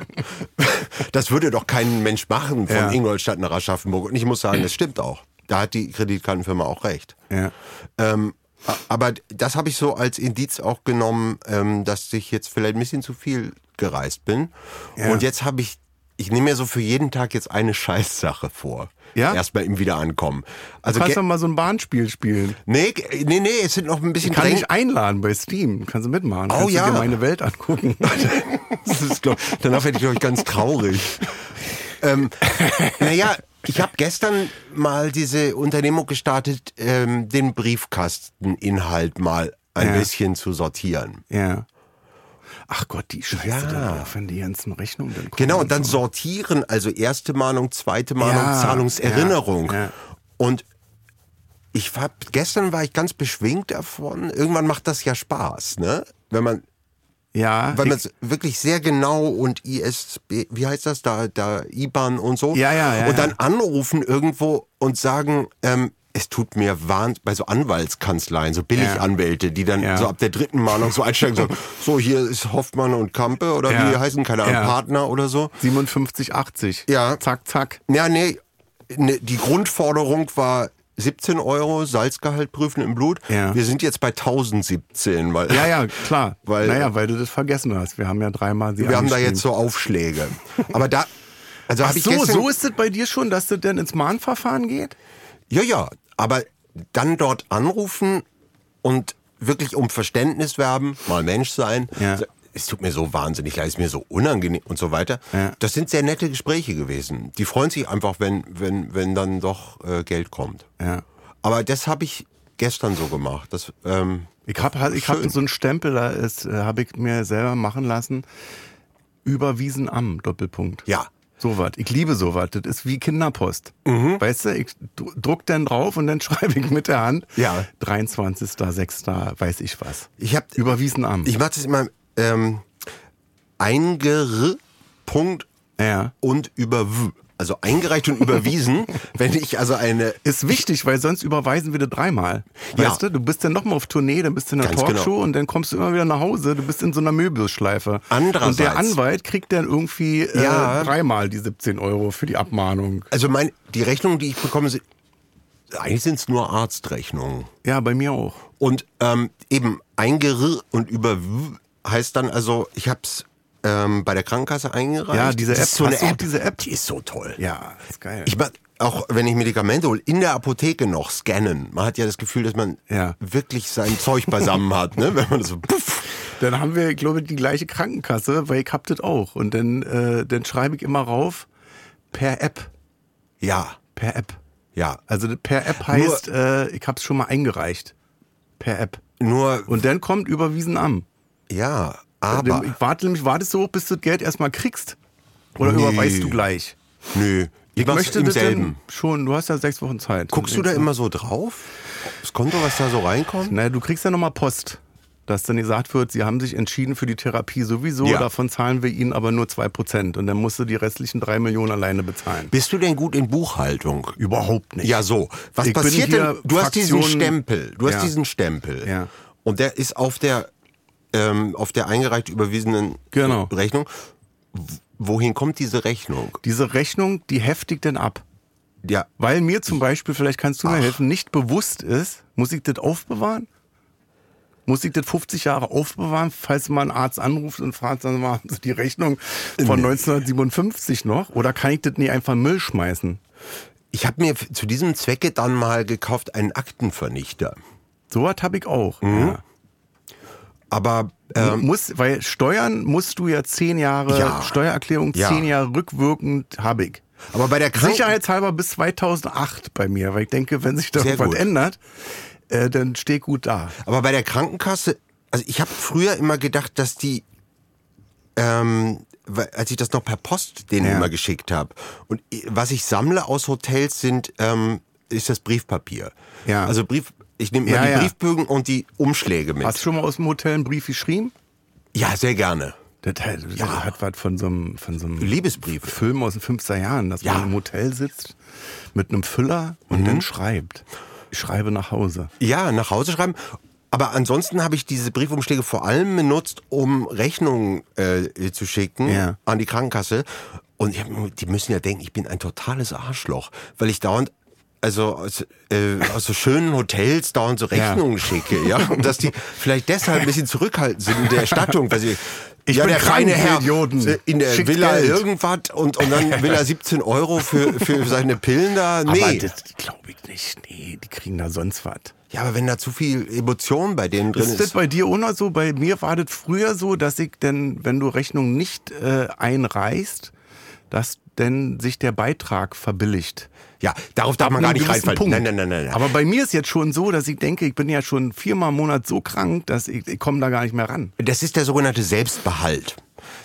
Das würde doch kein Mensch machen von
Ja.
Ingolstadt Also nach Aschaffenburg. Und ich muss sagen, das stimmt auch. Da hat die Kreditkartenfirma auch recht.
ja.
Ähm, Aber das habe ich so als Indiz auch genommen, ähm, dass ich jetzt vielleicht ein bisschen zu viel gereist bin.
Ja.
Und jetzt habe ich, ich nehme mir so für jeden Tag jetzt eine Scheißsache vor.
Ja?
Erstmal im Wiederankommen. Also,
kannst
ge-
du mal so ein Bahnspiel spielen.
nee, ge- nee, nee, es sind noch ein bisschen
Ich kann
Drängen-
dich einladen bei Steam. Kannst du mitmachen.
Oh
kannst
ja.
du dir meine Welt angucken.
Das ist, glaub, danach werde ich, glaube ich, ganz traurig. ähm, naja, ich habe gestern mal diese Unternehmung gestartet, ähm, den Briefkasteninhalt mal ein
Ja.
bisschen zu sortieren.
ja. Ach Gott, die Scheiße
Ja.
da drauf, wenn die ganzen Rechnungen dann kommen.
Genau,
und
und dann
so.
sortieren, also erste Mahnung, zweite Mahnung,
Ja,
Zahlungserinnerung.
ja, ja.
Und ich hab, gestern war ich ganz beschwingt davon. Irgendwann macht das ja Spaß, ne? Wenn man
Ja,
weil
ich-
man es wirklich sehr genau und ISB, wie heißt das da, da IBAN und so.
Ja, ja, ja,
Und dann
ja.
anrufen irgendwo und sagen, ähm, es tut mir wahnsinnig, bei so Anwaltskanzleien, so Billiganwälte, die dann
Ja.
so ab der dritten Mahnung so einsteigen, so, so hier ist Hoffmann und Kampe oder
Ja.
wie die heißen, keine Ahnung,
Ja.
Partner oder so.
57, 80.
Ja.
Zack, zack.
Ja, nee, ne, die Grundforderung war 17 Euro, Salzgehalt prüfen im Blut.
Ja.
Wir sind jetzt bei 1017, weil
Ja, ja, klar.
Weil-
naja, weil du das vergessen hast. Wir haben ja dreimal sie
wir haben da
angeschrieben.
jetzt so Aufschläge. Aber da, also
Ach
habe ich
so,
gestern,
so ist es bei dir schon, dass das denn ins Mahnverfahren geht?
Ja, ja, aber dann dort anrufen und wirklich um Verständnis werben, mal Mensch sein. Also,
Ja.
Es tut mir so wahnsinnig leid, es ist mir so unangenehm und so weiter.
Ja.
Das sind sehr nette Gespräche gewesen. Die freuen sich einfach, wenn, wenn, wenn dann doch äh, Geld kommt.
Ja.
Aber das habe ich gestern so gemacht. Das, ähm,
Ich habe ich hab
Schön.
so einen Stempel, da ist, äh, habe ich mir selber machen lassen. Überwiesen am Doppelpunkt.
ja,
Sowas. Ich liebe sowas. Das ist wie Kinderpost. Weißt du, ich dru- druck dann drauf und dann schreibe ich mit der Hand.
Ja.
23.06. weiß ich was.
ich habe
Überwiesen am.
ich mache das immer ähm, eingerr. Punkt
ja.
und über w. Also eingereicht und überwiesen, wenn ich also eine
Ist wichtig, weil sonst überweisen wir das dreimal.
Ja.
Weißt du, du bist dann nochmal auf Tournee, dann bist du in einer
Ganz
Talkshow
genau.
und dann kommst du immer wieder nach Hause, du bist in so einer Möbelschleife.
Andererseits-
Und der Anwalt kriegt dann irgendwie äh,
Ja.
dreimal die 17 Euro für die Abmahnung.
Also mein, die Rechnungen, die ich bekomme, sind eigentlich sind es nur Arztrechnungen.
Ja, bei mir auch.
Und ähm, eben eingerr und über heißt dann also, ich habe es ähm, bei der Krankenkasse eingereicht.
Ja, diese
Das
App.
ist so eine
Hast du auch
App.
diese App?
Die ist so toll.
Ja, ist geil.
Ich mag, auch wenn ich Medikamente hole, in der Apotheke noch scannen. Man hat ja das Gefühl, dass man
Ja.
wirklich sein Zeug beisammen hat, ne? Wenn man so puff.
dann haben wir, glaube ich, die gleiche Krankenkasse, weil ich hab das auch. Und dann, äh, dann schreibe ich immer rauf per App.
Ja,
Per App.
ja.
Also das per App heißt, äh, ich hab's schon mal eingereicht. Per App.
Nur,
Und dann kommt überwiesen am.
ja, aber.
ich warte nämlich, wartest du hoch, bis du das Geld erstmal kriegst? Oder
Nee.
überweist du gleich?
Nö, ich, mach's im
das denn
selben.
schon, du hast ja sechs Wochen Zeit.
Guckst du da immer so drauf? Das Konto, was da so reinkommt?
Naja, du kriegst ja nochmal Post, dass dann gesagt wird, sie haben sich entschieden für die Therapie sowieso,
Ja.
davon zahlen wir ihnen aber nur 2%. Und dann musst du die restlichen drei Millionen alleine bezahlen.
Bist du denn gut in Buchhaltung?
Überhaupt nicht.
Ja, so. Was
Ich bin
passiert denn?
hier
Du hast diesen
Fraktion-
Stempel. Du hast
Ja.
diesen Stempel.
Ja.
Und der ist auf der, ähm, auf der eingereicht überwiesenen
Genau.
Rechnung. W- Wohin kommt diese Rechnung?
Diese Rechnung, die heftigt denn ab.
Ja.
Weil mir zum Beispiel, vielleicht kannst du mir
Ach.
helfen, nicht bewusst ist, muss ich das aufbewahren? Muss ich das 50 Jahre aufbewahren, falls mal ein Arzt anruft und fragt, sagen wir mal, haben Sie die Rechnung von 1957 noch? Oder kann ich das nicht einfach in den Müll schmeißen?
Ich habe mir f- zu diesem Zwecke dann mal gekauft einen Aktenvernichter.
Sowas habe ich auch. Ja.
Aber Mhm. ähm,
muss, weil Steuern musst du ja zehn Jahre,
Ja.
Steuererklärung
Ja.
zehn Jahre rückwirkend habe ich.
aber bei der Kranken
Sicherheitshalber bis 2008 bei mir, weil ich denke, wenn sich da
Sehr
irgendwas
gut.
ändert, äh, dann steh ich gut da.
Aber bei der Krankenkasse, also ich habe früher immer gedacht, dass die, ähm, weil- als ich das noch per Post denen
Ja.
immer geschickt habe. Und i- was ich sammle aus Hotels sind, ähm, ist das Briefpapier.
Ja.
Also Brief, ich nehme immer
Ja,
die
ja.
Briefbögen und die Umschläge mit.
Hast du schon mal aus dem Hotel einen Brief geschrieben?
Ja, sehr gerne.
Das hat, das
Ja.
hat was von so einem, von so einem
Liebesbriefe.
Film aus den 50er Jahren, dass
Ja. Mhm.
man im Hotel sitzt mit einem Füller und dann schreibt. Ich schreibe nach Hause.
Ja, nach Hause schreiben. Aber ansonsten habe ich diese Briefumschläge vor allem benutzt, um Rechnungen äh, zu schicken
Ja.
an die Krankenkasse. Und ich hab, mir- die müssen ja denken, ich bin ein totales Arschloch, weil ich dauernd also aus, äh, aus so schönen Hotels dauernd so Rechnungen schicke, ja, und dass die vielleicht deshalb ein bisschen zurückhaltend sind in der Erstattung, weil sie ich ja,
bin
der
krank,
reine
ihr
Herr äh,
Idioten.
in der
Schickt
Villa
Geld.
irgendwas und, und dann will er 17 Euro für, für seine Pillen da. Nee.
Aber das glaube ich nicht. Nee, die kriegen da sonst was.
ja, aber wenn da zu viel Emotion bei denen drin
Ist
ist.
das bei dir auch noch so? Bei mir war das früher so, dass ich denn, wenn du Rechnung nicht äh, einreichst, dass denn sich der Beitrag verbilligt.
ja, darauf darf man gar
einem
nicht
gewissen
reinfallen.
Punkt.
Nein, nein, nein, nein. nein.
Aber bei mir ist jetzt schon so, dass ich denke, ich bin ja schon viermal im Monat so krank, dass ich, ich komme da gar nicht mehr ran.
Das ist der sogenannte Selbstbehalt.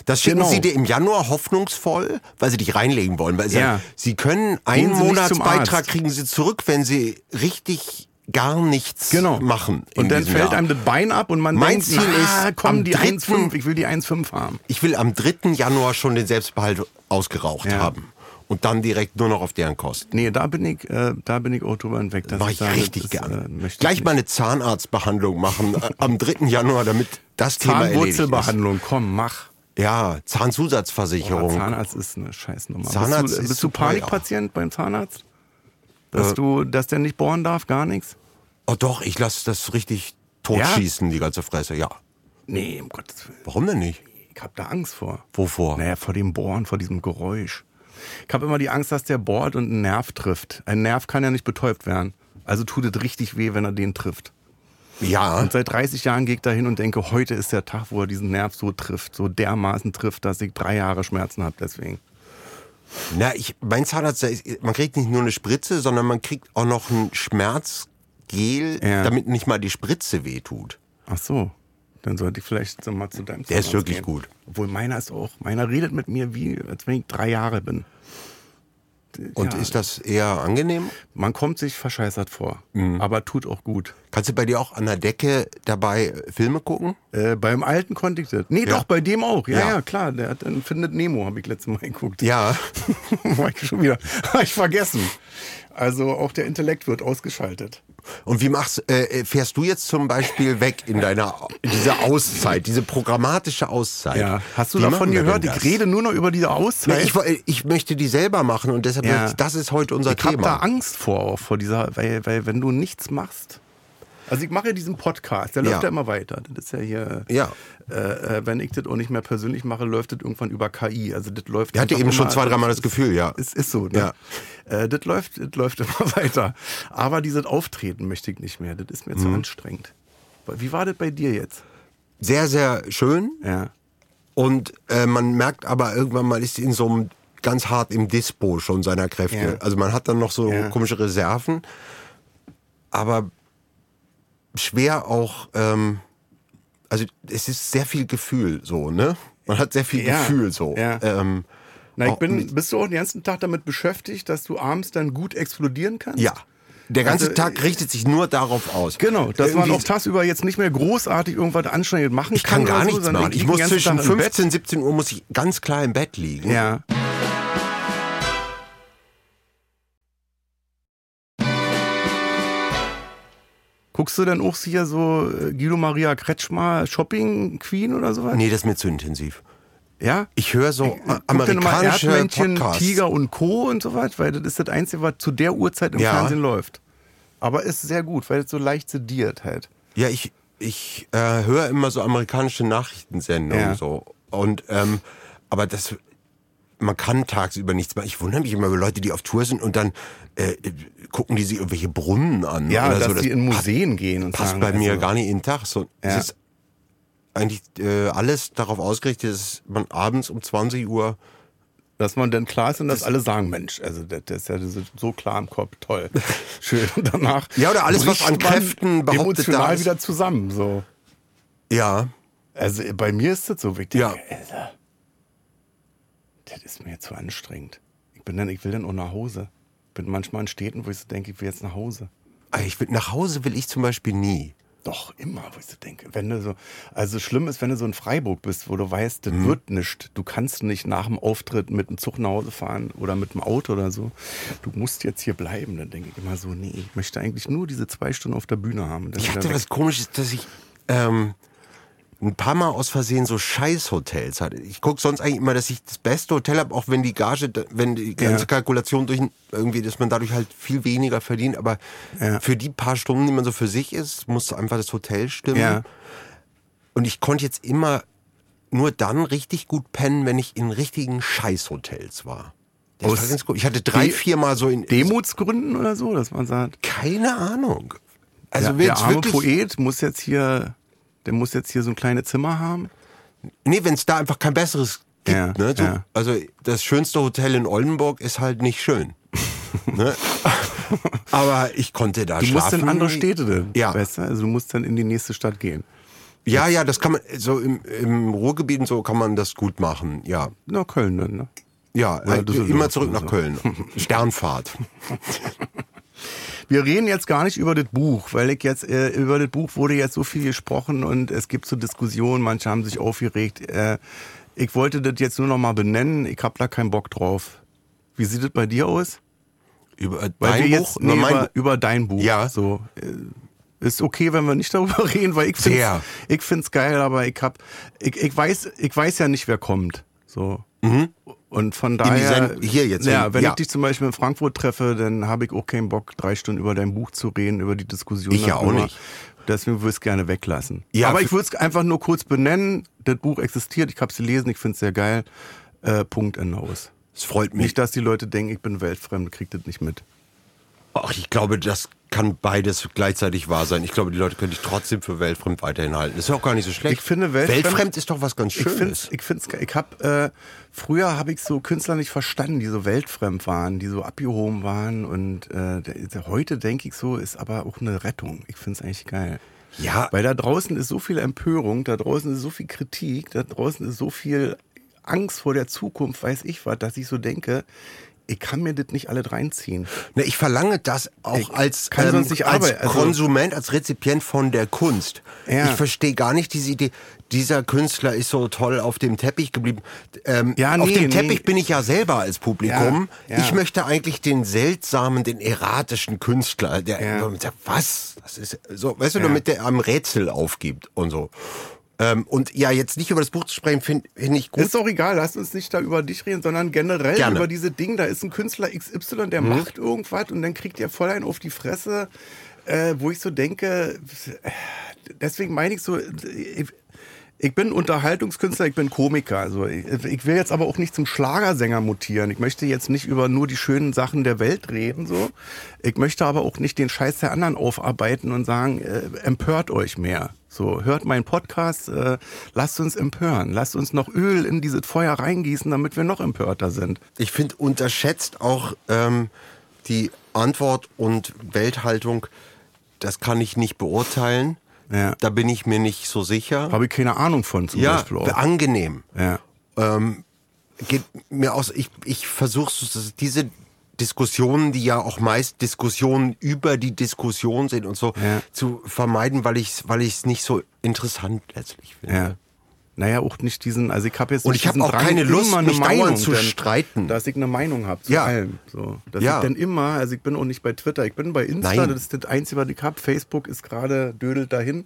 Das schicken
Genau.
sie dir im Januar hoffnungsvoll, weil sie dich reinlegen wollen. Weil sie,
Ja.
sagen, sie können
Gehen
einen
Sie nicht zum
Monatsbeitrag
Arzt.
kriegen sie zurück, wenn sie richtig gar nichts machen. in
Genau. Und dann
diesem
fällt
Jahr.
einem das Bein ab und man
Mein
denkt,
Ziel
na,
ist,
komm,
am
die
3.
1,5, ich will die 1,5 haben.
Ich will am 3. Januar schon den Selbstbehalt ausgeraucht
Ja.
haben. Und dann direkt nur noch auf deren Kosten.
Nee, da bin ich, äh, da bin ich auch drüber hinweg. dass
Mache ich
sage,
richtig
das,
gerne.
äh, möchte ich
Gleich
nicht.
mal eine Zahnarztbehandlung machen äh, am 3. Januar, damit das Thema erledigt ist.
Zahnwurzelbehandlung, komm, mach.
Ja, Zahnzusatzversicherung.
Zahnarzt ist eine Scheißnummer.
Zahnarzt
bist du,
ist Äh.
bist du
zu teuer.
Panikpatient beim Zahnarzt? Dass du, dass der nicht bohren darf, gar nichts?
Oh doch, ich lasse das richtig totschießen, die ganze Fresse, ja.
Nee, um Gottes Willen.
Warum denn nicht?
Ich hab da Angst vor.
Wovor?
Naja, vor dem Bohren, vor diesem Geräusch. Ich habe immer die Angst, dass der bohrt und einen Nerv trifft. Ein Nerv kann ja nicht betäubt werden. Also tut es richtig weh, wenn er den trifft.
Ja,
Und äh, seit 30 Jahren gehe ich da hin und denke, heute ist der Tag, wo er diesen Nerv so trifft, so dermaßen trifft, dass ich drei Jahre Schmerzen habe deswegen.
na, ich, mein Zahnarzt, der ist, man kriegt nicht nur eine Spritze, sondern man kriegt auch noch ein Schmerzgel,
Ja.
damit nicht mal die Spritze wehtut.
Ach so. Dann sollte ich vielleicht so mal zu deinem
Der ist
Zahnarzt
wirklich
gehen.
gut.
Obwohl meiner ist auch. Meiner redet mit mir wie, als wenn ich drei Jahre bin.
Und
Ja,
ist das eher angenehm?
Man kommt sich verscheißert vor,
Mhm.
aber tut auch gut.
Kannst du bei dir auch an der Decke dabei äh, Filme gucken?
Äh, beim alten konnte ich das. Nee, doch, bei dem auch. Ja, ja,
Ja.
klar. Der hat dann findet Nemo, habe ich letztes Mal geguckt.
Ja.
War ich schon wieder. Hab ich vergessen. Also auch der Intellekt wird ausgeschaltet.
Und wie machst, äh, fährst du jetzt zum Beispiel weg in deiner, in dieser Auszeit, diese programmatische Auszeit?
Hast du
Wie
davon
machen wir denn
gehört?
das?
Ich rede nur noch über diese
Nee,
Auszeit.
ich, woll- ich möchte die selber machen und deshalb,
Ja.
das ist heute unser
ich habe
Thema.
da Angst vor, auch vor dieser, weil, weil wenn du nichts machst. Also ich mache ja diesen Podcast, der
Ja.
läuft ja immer weiter. Das ist ja hier,
Ja.
äh, äh, wenn ich das auch nicht mehr persönlich mache, läuft das irgendwann über KI. Also das läuft.
Ich hatte
einfach
eben schon
immer-
zwei, dreimal das Gefühl, ja.
Es ist so, ne? Äh, das läuft, das läuft immer weiter. Aber dieses Auftreten möchte ich nicht mehr. Das ist mir zu
Mhm.
anstrengend. Wie war das bei dir jetzt?
Sehr, sehr schön.
Ja.
Und äh, man merkt aber irgendwann mal, ist in so einem ganz hart im Dispo schon seiner Kräfte.
Ja.
Also man hat dann noch so
Ja.
komische Reserven, aber schwer auch, ähm, also es ist sehr viel Gefühl so, ne? Man hat sehr viel
Ja.
Gefühl so.
Ja.
Ähm,
Na, ich
auch
bin,
mit-
bist du auch den ganzen Tag damit beschäftigt, dass du abends dann gut explodieren kannst?
ja. Der ganze
Also,
Tag richtet sich nur darauf aus.
Genau, dass man
Irgendwie-
auch tagsüber jetzt nicht mehr großartig irgendwas anstrengend machen
Ich kann gar
oder so,
nichts
sondern
machen. Ich
lieg
muss
den ganzen
zwischen
Tag im Bett.
15 17 Uhr muss ich ganz klar im Bett liegen.
Ja. Guckst du dann auch hier so äh, Guido Maria Kretschmer Shopping Queen oder sowas?
Nee, das ist mir zu intensiv.
Ja?
Ich höre so äh,
Guck dir nochmal
amerikanische
Erdmännchen,
Podcasts.
Tiger und Co. und so weiter, weil das ist das Einzige, was zu der Uhrzeit im
Ja.
Fernsehen läuft. Aber ist sehr gut, weil es so leicht sediert halt.
Ja, ich, ich äh, höre immer so amerikanische Nachrichtensendungen
Ja.
so. Und ähm, aber das man kann tagsüber nichts machen. Ich wundere mich immer über Leute, die auf Tour sind und dann äh, gucken die sich irgendwelche Brunnen an
Ja,
oder
dass
so. Das
die in Museen gehen und
passt
sagen,
bei mir
also-
gar nicht in den Tag. So,
Ja.
Es ist eigentlich äh, alles darauf ausgerichtet, dass man abends um 20 Uhr
Dass man dann klar ist und dass alle sagen, Mensch, also das, das ist ja so- so klar im Kopf, toll, schön. Und danach
Ja, oder alles, was
bricht
an
man
Kräften behauptet
emotional
da ist.
wieder zusammen. So.
ja
Also bei mir ist das so wichtig.
Ja.
Alter, das ist mir zu anstrengend. Ich bin dann, ich will dann auch nach Hause. Ich bin manchmal in Städten, wo ich so denke, ich will jetzt nach Hause.
Ah, Ich will, nach Hause will ich zum Beispiel nie.
Doch, immer, wo ich so denke. Wenn du so, also schlimm ist, wenn du so in Freiburg bist, wo du weißt,
Mhm.
das wird nicht. Du kannst nicht nach dem Auftritt mit dem Zug nach Hause fahren oder mit dem Auto oder so. Du musst jetzt hier bleiben. Dann denke ich immer so, nee, ich möchte eigentlich nur diese zwei Stunden auf der Bühne haben. Dann
Ich
wieder
hatte
weg.
was Komisches, dass ich ähm, ein paar Mal aus Versehen so Scheißhotels hatte. Ich gucke sonst eigentlich immer, dass ich das beste Hotel habe, auch wenn die Gage, wenn die ganze
Ja.
Kalkulation durch irgendwie, dass man dadurch halt viel weniger verdient. Aber
Ja.
für die paar Stunden, die man so für sich ist, muss einfach das Hotel stimmen.
Ja.
Und ich konnte jetzt immer nur dann richtig gut pennen, wenn ich in richtigen Scheißhotels war. Das
Aus
war ganz gut. Ich hatte drei,
De-
viermal so in
Demutsgründen oder so, dass man sagt,
keine Ahnung. Also
also der,
wenn
der
es
arme
wirklich,
Poet muss jetzt hier, der muss jetzt hier so ein kleines Zimmer haben.
nee, wenn es da einfach kein besseres gibt,
Ja,
ne? So,
ja.
Also das schönste Hotel in Oldenburg ist halt nicht schön. ne? Aber ich konnte da
Du
schlafen.
musst in andere Städte, denn,
Ja.
weißt du? Also du musst dann in die nächste Stadt gehen.
Ja, ja, das kann man so im, im Ruhrgebiet und so kann man das gut machen. Ja,
Na, Köln dann, ne?
ja,
Oder
äh,
Düsseldorf
immer zurück
oder
nach
so. ne?
Köln. Sternfahrt.
Wir reden jetzt gar nicht über das Buch, weil ich jetzt äh, über das Buch wurde jetzt so viel gesprochen und es gibt so Diskussionen, manche haben sich aufgeregt. Äh, ich wollte das jetzt nur noch mal benennen, ich hab da keinen Bock drauf. Wie sieht das bei dir aus?
Über
Weil
dein
wir
Buch,
jetzt nee,
über mein
über,
Buch.
über dein Buch.
Ja.
So, äh, ist okay, wenn wir nicht darüber reden, weil ich find's,
Sehr.
ich find's geil, aber ich hab, ich, ich weiß, ich weiß ja nicht, wer kommt. So.
Mhm.
Und von daher,
Send- hier jetzt,
ja,
wenn-
wenn
ja.
ich dich zum Beispiel in Frankfurt treffe, dann habe ich auch keinen Bock, drei Stunden über dein Buch zu reden, über die Diskussion.
Ich ja auch
darüber.
nicht.
Deswegen würde ich es gerne weglassen.
Ja,
Aber
für-
ich würde es einfach nur kurz benennen. Das Buch existiert, ich habe es gelesen, ich finde es sehr geil. Äh, Punkt, Ende aus.
Es freut mich.
Nicht, dass die Leute denken, ich bin weltfremd, kriegt das nicht mit.
Ach, ich glaube, das kann beides gleichzeitig wahr sein. Ich glaube, die Leute können dich trotzdem für weltfremd weiterhin halten. Ist ja auch gar nicht so schlecht.
Ich finde weltfremd-
weltfremd ist doch was ganz
Ich find's,
Schönes.
ich find's, ge- ich hab, äh, früher habe ich so Künstler nicht verstanden, die so weltfremd waren, die so abgehoben waren und äh, der, der, heute denke ich so, ist aber auch eine Rettung. Ich find's eigentlich geil.
Ja.
Weil da draußen ist so viel Empörung, da draußen ist so viel Kritik, da draußen ist so viel Angst vor der Zukunft, weiß ich was, dass ich so denke, ich kann mir das nicht alle reinziehen.
Ne, ich verlange das auch
Ich
als, ähm,
kann sonst nicht
als
arbeiten, also-
Konsument, als Rezipient von der Kunst.
Ja.
Ich verstehe gar nicht diese Idee, dieser Künstler ist so toll auf dem Teppich geblieben. Ähm,
Ja,
auf
nee,
dem
nee.
Teppich bin ich ja selber als Publikum.
Ja, ja.
Ich möchte eigentlich den seltsamen, den erratischen Künstler, der
Ja.
sagt, was? Das ist so, weißt du, damit der am Rätsel aufgibt und so. Ähm, und ja, jetzt nicht über das Buch zu sprechen, finde find ich gut.
Ist auch egal, lass uns nicht da über dich reden, sondern generell
Gerne.
über diese Dinge. Da ist ein Künstler XY, der macht irgendwas und dann kriegt er voll einen auf die Fresse, äh, wo ich so denke, äh, deswegen meine ich so, ich, ich bin Unterhaltungskünstler, ich bin Komiker. Also ich, ich will jetzt aber auch nicht zum Schlagersänger mutieren. Ich möchte jetzt nicht über nur die schönen Sachen der Welt reden. So. Ich möchte aber auch nicht den Scheiß der anderen aufarbeiten und sagen, äh, empört euch mehr. So, hört meinen Podcast, äh, lasst uns empören, lasst uns noch Öl in dieses Feuer reingießen, damit wir noch empörter sind.
Ich finde, unterschätzt auch ähm, die Antwort und Welthaltung, das kann ich nicht beurteilen.
Ja.
Da bin ich mir nicht so sicher.
Habe ich keine Ahnung von zum
Ja,
Beispiel. Auch.
angenehm. Ähm,
Ja.
Geht mir aus, ich, ich versuche diese Diskussionen, die ja auch meist Diskussionen über die Diskussion sind und so,
Ja.
zu vermeiden, weil ich es weil ich's nicht so interessant letztlich finde.
Ja. Naja, auch nicht diesen, also ich habe jetzt
Und
nicht
ich hab
diesen
auch
Drang,
keine Lust,
immer eine
mich dauernd
Meinung
zu
denn-
streiten.
Dass ich eine Meinung habe zu
Ja.
allem. So. Dass
Ja.
ich dann immer, also ich bin auch nicht bei Twitter, ich bin bei Insta,
Nein.
das ist das Einzige, was ich habe. Facebook ist gerade, dödelt dahin,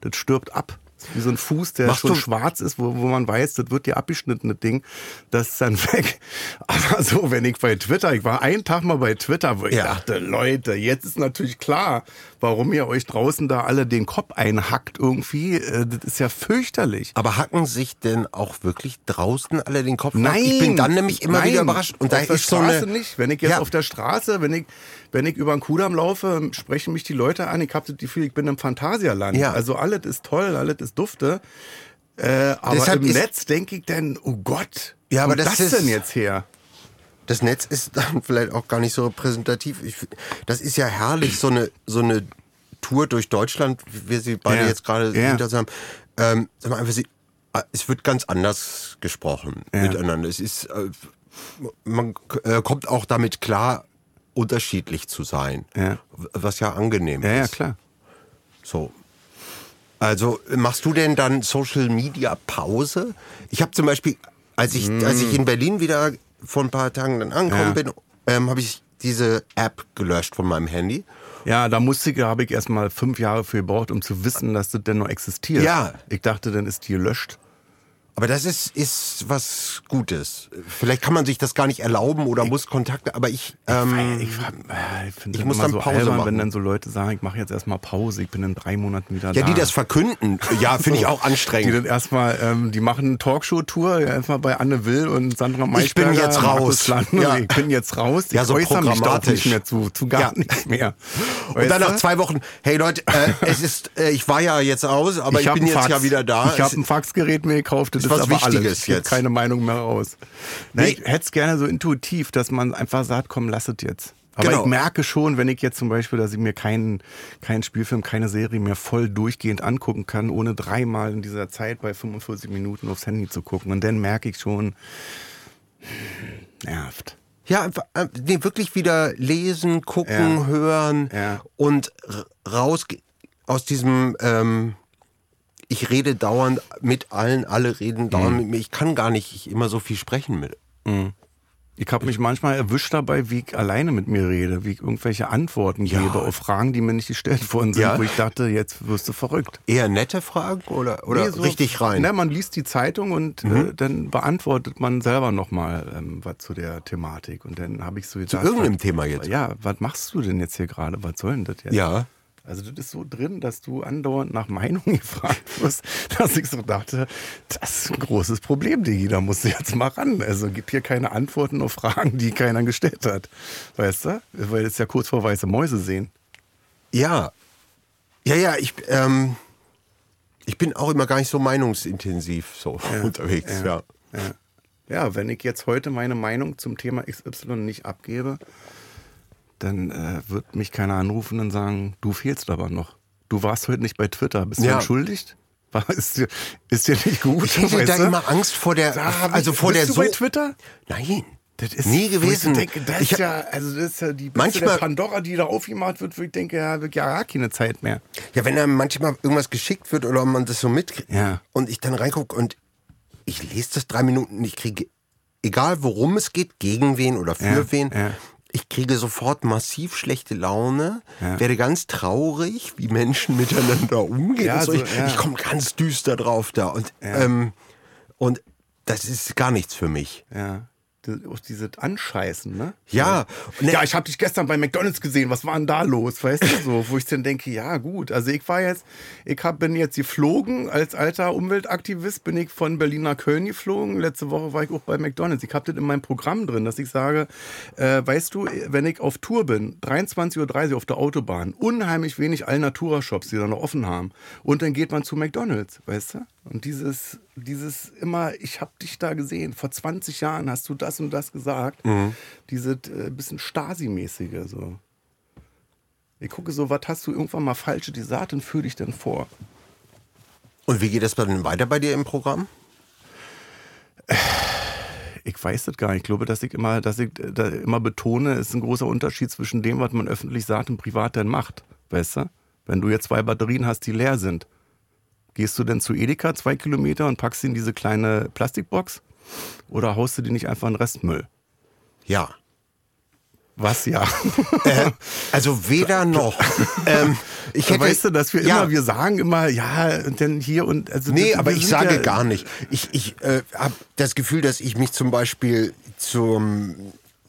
das stirbt ab. Wie so ein Fuß, der
Machst
schon
du-
schwarz ist, wo, wo man weiß, das wird dir abgeschnitten, das Ding, das ist dann weg. Aber so, wenn ich bei Twitter, ich war einen Tag mal bei Twitter, wo ich
Ja.
dachte, Leute, jetzt ist natürlich klar, warum ihr euch draußen da alle den Kopf einhackt irgendwie. Äh, Das ist ja fürchterlich.
Aber hacken sich denn auch wirklich draußen alle den Kopf? ab?
Nein,
Ich bin dann nämlich immer
nein,
wieder überrascht. Und da
auf der
ist so
Straße
eine.
nicht. Wenn ich jetzt
Ja.
auf der Straße, wenn ich, wenn ich über den Kudamm laufe, sprechen mich die Leute an. Ich habe das Gefühl, ich bin im Phantasialand.
Ja.
Also alles ist toll, alles ist dufte. Äh, aber
Deshalb
im
ist-
Netz denke ich dann, oh Gott,
Ja, aber
wo
das
das
ist-
denn jetzt her?
das Netz ist dann vielleicht auch gar nicht so repräsentativ. Ich, das ist ja herrlich, so eine, so eine Tour durch Deutschland, wie wir sie beide
Ja.
jetzt gerade
Ja.
hinter uns haben. Ähm, sag mal einfach, sie, ah, es wird ganz anders gesprochen
Ja.
miteinander. Es ist, äh, man äh, kommt auch damit klar, unterschiedlich zu sein,
Ja.
W- was ja angenehm
Ja,
ist.
ja, klar.
So. Also äh, machst du denn dann Social Media Pause? Ich habe zum Beispiel, als ich, als ich in Berlin wieder vor ein paar Tagen dann angekommen
Mm. Ja.
bin, ähm, habe ich diese App gelöscht von meinem Handy
Ja, da musste ich, da habe ich erst mal fünf Jahre für gebraucht, um zu wissen, dass das denn noch existiert.
Ja.
Ich dachte, dann ist die gelöscht.
Aber das ist, ist was Gutes. Vielleicht kann man sich das gar nicht erlauben oder muss Kontakte, aber ich, ähm,
Ich, hab- äh, ich, find
Ich
das
muss
immer
dann
so
Pause
albern,
machen.
wenn dann so Leute sagen, ich mache jetzt erstmal Pause, ich bin in drei Monaten wieder
ja,
da.
die das verkünden, ja, finde ich auch
Die
anstrengend.
dann erstmal, ähm, die machen eine Talkshow-Tour, ja, erstmal bei Anne Will und Sandra Maischberger.
bin jetzt
Markus
raus.
Lanz.
Ja.
Ich bin jetzt raus.
Ja,
ich
so
äußere mich da auch
programmatisch.
nicht mehr zu, zu gar
Ja.
nicht mehr.
Und dann nach
Weißt du?
zwei Wochen, hey Leute, äh, es ist, äh, ich war ja jetzt aus, aber ich,
hab
bin
ein
jetzt
Fax.
ja wieder da.
Ich habe
Es-
ein Faxgerät mir gekauft, das ist,
was
aber alles.
Wichtiges
Ich geb
jetzt.
keine Meinung mehr raus. Na,
Nee.
Ich hätte es gerne so intuitiv, dass man einfach sagt, komm, lass es jetzt. Aber
Genau.
ich merke schon, wenn ich jetzt zum Beispiel, dass ich mir keinen, keinen Spielfilm, keine Serie mehr voll durchgehend angucken kann, ohne dreimal in dieser Zeit bei 45 Minuten aufs Handy zu gucken. Und dann merke ich schon, nervt.
Ja, einfach, äh, nee, wirklich wieder lesen, gucken,
Ja.
hören
Ja.
und r- raus aus diesem, ähm, ich rede dauernd mit allen, alle reden dauernd
Mhm.
mit mir. Ich kann gar nicht immer so viel sprechen mit.
Ich habe mich manchmal erwischt dabei, wie ich alleine mit mir rede, wie ich irgendwelche Antworten gebe auf Fragen, die mir nicht gestellt worden sind,
Ja.
wo ich dachte, jetzt wirst du verrückt.
Eher nette Fragen oder, oder
Nee, so-
richtig rein? Mhm.
Na, man liest die Zeitung und äh, dann beantwortet man selber nochmal ähm, was zu der Thematik. Und dann habe ich so gedacht,
irgendeinem
was-
Thema jetzt?
Ja, was machst du denn jetzt hier gerade? Was soll denn das jetzt?
Ja.
Also das ist so drin, dass du andauernd nach Meinung gefragt wirst, dass ich so dachte, das ist ein großes Problem, Digi, da musst du jetzt mal ran. Also gib hier keine Antworten auf Fragen, die keiner gestellt hat. Weißt du? Weil das ist ja kurz vor weiße Mäuse sehen.
Ja. Ja, ja, ich, ähm, ich bin auch immer gar nicht so meinungsintensiv so unterwegs, ja.
Ja, wenn ich jetzt heute meine Meinung zum Thema XY nicht abgebe, dann äh, wird mich keiner anrufen und sagen, du fehlst aber noch. Du warst heute nicht bei Twitter. Bist du
Ja.
entschuldigt? War, ist, dir, ist dir nicht gut?
Ich hätte da
weißt du?
immer Angst vor der,
Da hab ich-
also vor
bist
der
du
so.
bei Twitter?
Nein.
Das ist
nie
wo
gewesen.
Ich so denke, das, ist
Ich hab-
ja, also das ist ja die Büchse
Manchmal-
der Pandora, die da aufgemacht wird, wo ich denke, ja, habe ich ja gar keine Zeit mehr.
Ja, wenn einem manchmal irgendwas geschickt wird oder man das so mitkriegt
Ja.
und ich dann reingucke und ich lese das drei Minuten und ich kriege, egal worum es geht, gegen wen oder für
Ja,
wen,
ja.
ich kriege sofort massiv schlechte Laune, werde ganz traurig, wie Menschen miteinander umgehen.
Ja,
und so.
so,
ich
ja.
ich komme ganz düster drauf da und, ähm, und das ist gar nichts für mich.
Ja. Das- Auch dieses Anscheißen, ne?
Ja, ne,
Ja, ich habe dich gestern bei McDonalds gesehen. Was war denn da los? Weißt du so, wo ich dann denke, ja gut. Also ich war jetzt, ich hab, bin jetzt geflogen als alter Umweltaktivist, bin ich von Berlin nach Köln geflogen. Letzte Woche war ich auch bei McDonalds. Ich habe das in meinem Programm drin, dass ich sage, äh, weißt du, wenn ich auf Tour bin, 23.30 Uhr auf der Autobahn, unheimlich wenig Allnatura-Shops, die da noch offen haben. Und dann geht man zu McDonalds, weißt du? Und dieses, dieses immer, ich habe dich da gesehen, vor 20 Jahren hast du das und das gesagt, dieses äh, bisschen Stasi-mäßige so. Ich gucke so, was hast du irgendwann mal falsche Desaten für dich denn vor?
und wie geht das dann weiter bei dir im Programm?
Ich weiß das gar nicht. Ich glaube, dass ich immer, dass ich äh, da immer betone, es ist ein großer Unterschied zwischen dem, was man öffentlich sagt und privat dann macht. Weißt du? Wenn du jetzt zwei Batterien hast, die leer sind, gehst du denn zu Edeka zwei Kilometer und packst sie in diese kleine Plastikbox? Oder haust du die nicht einfach in Restmüll?
Ja.
Was ja.
Äh, also weder noch. ähm, ich hätte,
Äh, weißt du, dass wir
ja,
immer, wir sagen immer, ja, und dann hier und also.
Nee,
das-
aber
wir
ich
sind
sage
ja-
gar nicht. Ich, ich äh, habe das Gefühl, dass ich mich zum Beispiel zum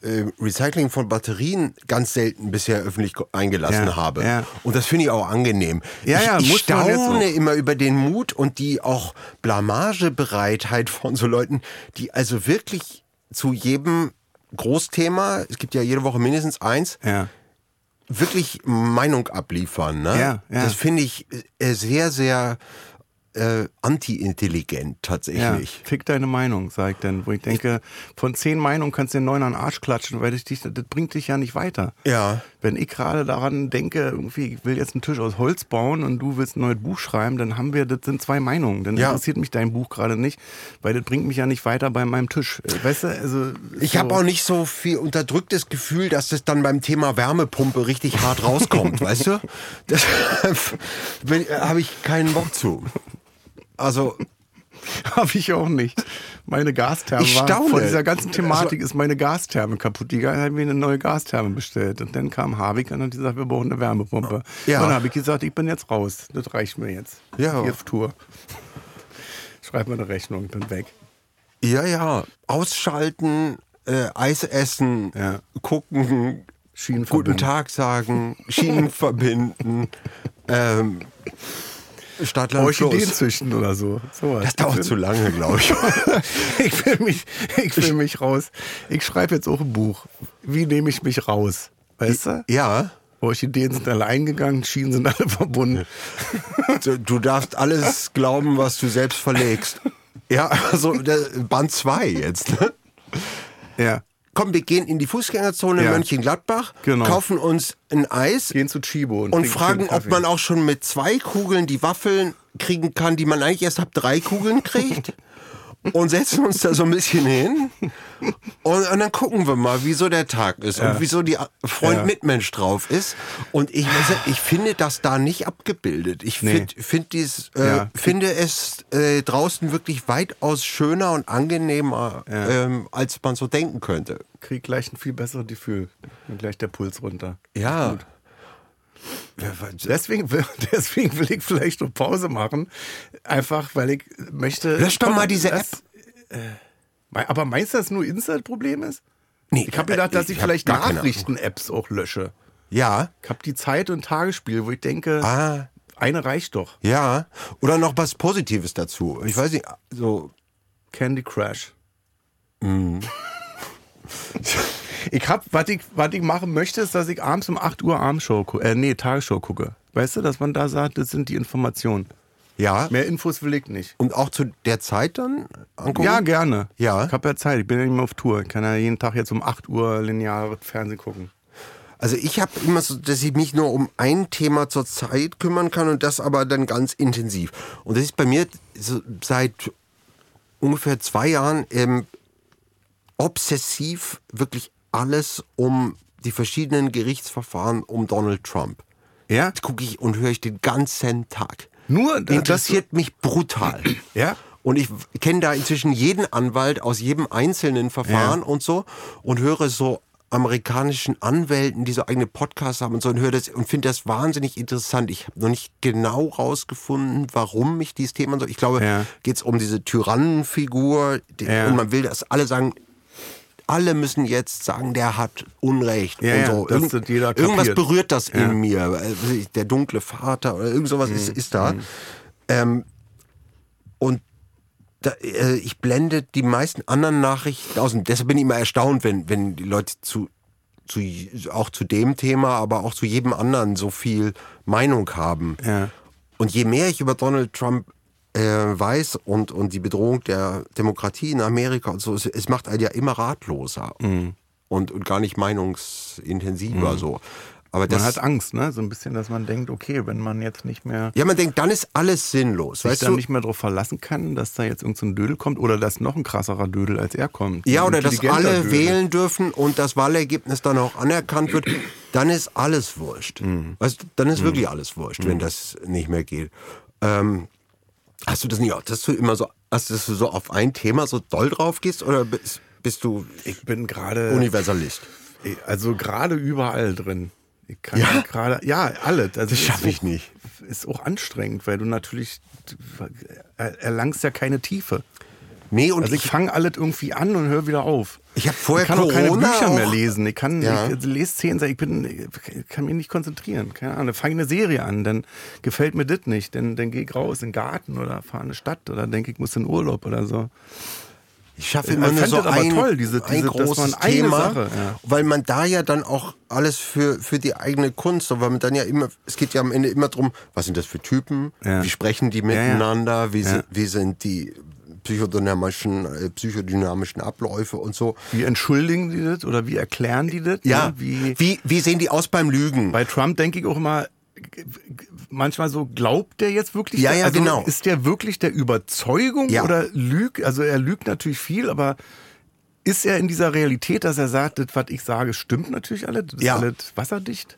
äh, Recycling von Batterien ganz selten bisher öffentlich ko- eingelassen
Ja,
habe.
ja.
Und das finde ich auch angenehm.
Ja,
ich
ja,
ich
muss man jetzt
staune
auch.
immer über den Mut und die auch Blamagebereitheit von so Leuten, die also wirklich zu jedem Großthema, es gibt ja jede Woche mindestens eins,
Ja.
wirklich Meinung abliefern. Ne?
Ja, ja.
Das finde ich äh, sehr, sehr äh, anti-intelligent tatsächlich.
Ja, fick deine Meinung, sag ich dann. Wo ich denke, von zehn Meinungen kannst du den neun an den Arsch klatschen, weil das, dich, das bringt dich ja nicht weiter.
Ja.
Wenn ich gerade daran denke, irgendwie, ich will jetzt einen Tisch aus Holz bauen und du willst ein neues Buch schreiben, dann haben wir, das sind zwei Meinungen. Dann
Ja.
interessiert mich dein Buch gerade nicht, weil das bringt mich ja nicht weiter bei meinem Tisch. Äh, Weißt du, also.
Ich habe auch nicht so viel unterdrücktes Gefühl, dass das dann beim Thema Wärmepumpe richtig hart rauskommt, weißt du? äh, Das habe ich keinen Bock zu. Also,
Habe ich auch nicht. meine Gastherme
Ich
war.
staune. Also
Von dieser ganzen Thematik ist meine Gastherme kaputt. Die haben mir eine neue Gastherme bestellt. Und dann kam Habeck an und die sagt, wir brauchen eine Wärmepumpe.
Ja.
Und dann habe ich gesagt, ich bin jetzt raus. Das reicht mir jetzt.
Ja.
Hier auf Tour. Schreib mir eine Rechnung, bin weg.
Ja, ja. Ausschalten, äh, Eis essen,
Ja.
gucken,
Schienen
guten Tag sagen, Schienen verbinden, ähm, Stadtland
Orchideen
Fluss.
züchten oder so. Sowas.
Das dauert zu lange, glaube ich.
ich will mich, ich will mich raus. Ich schreibe jetzt auch ein Buch. Wie nehme ich mich raus? Weißt du?
ja.
Orchideen sind alle eingegangen, Schienen sind alle verbunden.
Du, du darfst alles glauben, was du selbst verlegst. Ja, also der Band 2 jetzt. Ne?
Ja.
Komm, wir gehen in die Fußgängerzone
Ja.
Mönchengladbach,
Genau.
kaufen uns ein Eis
Gehen zu Chibo und,
und
trinken
fragen,
schönen
ob
Kaffee.
man auch schon mit zwei Kugeln die Waffeln kriegen kann, die man eigentlich erst ab drei Kugeln kriegt. und setzen uns da so ein bisschen hin. Und, und dann gucken wir mal, wieso der Tag ist und wieso die Freund
Ja.
Mitmensch drauf ist. Und ich, muss sagen, ich finde das da nicht abgebildet. Ich
Nee.
find, find dies, äh,
Ja.
finde es äh, draußen wirklich weitaus schöner und angenehmer, ähm, als man so denken könnte.
Krieg gleich ein viel besseres Gefühl. Und gleich der Puls runter.
Ja.
Deswegen will, deswegen will ich vielleicht nur Pause machen. Einfach, weil ich möchte.
Lösch doch mal diese
Das- Äh, aber meinst du, dass nur Insert-Problem ist?
Nee,
Ich habe gedacht, dass
äh,
ich
hab
vielleicht
gar keine
Nachrichten-Apps auch lösche.
Ahnung. Ja.
Ich habe die Zeit- und Tagesspiel, wo ich denke,
Ah.
eine reicht doch.
Ja, oder noch was Positives dazu. Ich weiß nicht, so.
Candy Crush.
Mhm.
ich hab, was ich, was ich machen möchte, ist, dass ich abends um 8 Uhr Abendshow gucke. Äh, nee, Tagesshow gucke. Weißt du, dass man da sagt, das sind die Informationen.
Ja.
Mehr Infos will ich nicht.
Und auch zu der Zeit dann angucken?
Ja, gerne.
Ja.
Ich habe ja Zeit. Ich bin ja nicht mehr auf Tour. Ich kann ja jeden Tag jetzt um 8 Uhr lineares Fernsehen gucken.
Also ich habe immer so, dass ich mich nur um ein Thema zur Zeit kümmern kann und das aber dann ganz intensiv. Und das ist bei mir so seit ungefähr zwei Jahren ähm, obsessiv wirklich alles um die verschiedenen Gerichtsverfahren um Donald Trump.
Ja?
Das gucke ich und höre ich den ganzen Tag.
Nur das-
interessiert mich brutal.
Ja?
Und ich kenne da inzwischen jeden Anwalt aus jedem einzelnen Verfahren
Ja.
und so und höre so amerikanischen Anwälten, die so eigene Podcasts haben und so und höre das und finde das wahnsinnig interessant. Ich habe noch nicht genau rausgefunden, warum mich dieses Thema so. Ich glaube,
Ja.
geht es um diese Tyrannenfigur die,
Ja.
und man will, dass alle sagen, alle müssen jetzt sagen, der hat Unrecht
Ja,
und
ja,
so.
dass das jeder kapiert.
irgendwas berührt das in mir. Weiß ich, Der dunkle Vater oder irgend sowas
Mhm.
ist, ist da. Ähm, und da, äh, ich blende die meisten anderen Nachrichten aus. Und deshalb bin ich immer erstaunt, wenn, wenn die Leute zu, zu, auch zu dem Thema, aber auch zu jedem anderen so viel Meinung haben.
Ja.
Und je mehr ich über Donald Trump äh, weiß und, und die Bedrohung der Demokratie in Amerika und so, es, es macht einen ja immer ratloser
Mhm.
und, und gar nicht meinungsintensiver so. Aber das,
Man hat Angst, ne? So ein bisschen, dass man denkt, okay, wenn man jetzt nicht mehr
ja, man denkt, dann ist alles sinnlos,
sich
weißt
dann
du?
nicht mehr darauf verlassen kann, dass da jetzt irgendein so ein Dödel kommt oder dass noch ein krasserer Dödel als er kommt.
ja,
Ein
oder dass
intelligenter
alle
Dödel.
wählen dürfen und das Wahlergebnis dann auch anerkannt wird, dann ist alles wurscht.
Mhm.
Weißt du, dann ist wirklich alles wurscht, wenn das nicht mehr geht. Ähm, hast du das nicht auch, dass du immer so, hast, dass du so auf ein Thema so doll drauf gehst oder bist, bist du
Ich äh, bin gerade.
Universalist?
Also gerade überall drin. Ich kann
Ja?
gerade. Ja, alle. Also ist
schaff
auch-
ich nicht.
Ist auch anstrangend, weil du natürlich du er- erlangst ja keine Tiefe.
Nee, und
Also ich
ich,
fange alles irgendwie an und höre wieder auf.
Ich hab vorher
ich kann auch keine
Corona
Bücher mehr
auch-
lesen. Ich kann
Ja.
ich lese zehn Seiten. Ich bin, ich kann mich nicht konzentrieren. Keine Ahnung. Dann Fange ich eine Serie an, dann gefällt mir das nicht. Dann, dann gehe ich raus in den Garten oder fahre in eine Stadt oder denke ich muss in Urlaub oder so.
ich schaffe
ich
immer nur
fand
so
das aber
ein,
toll, diese-
ein
diese- dass man
großes
eine
Thema,
Sache, ja.
weil man da ja dann auch alles für, für die eigene Kunst, so, weil man dann ja immer, es geht ja am Ende immer drum, was sind das für Typen,
Ja.
wie sprechen die
ja.
miteinander, Wie,
Ja.
sind, wie sind die psychodynamischen, äh, psychodynamischen Abläufe und so.
Wie entschuldigen die das oder wie erklären die das?
Ja,
Ne? Wie,
wie, wie sehen die aus beim Lügen?
Bei Trump denke ich auch immer, g- g- manchmal so, glaubt der jetzt wirklich?
Ja,
da-
ja,
also
genau.
Ist der wirklich der Überzeugung
Ja.
oder lügt? Also er lügt natürlich viel, aber ist er in dieser Realität, dass er sagt, das, was ich sage, stimmt natürlich alles? Das
Ja.
ist alles wasserdicht?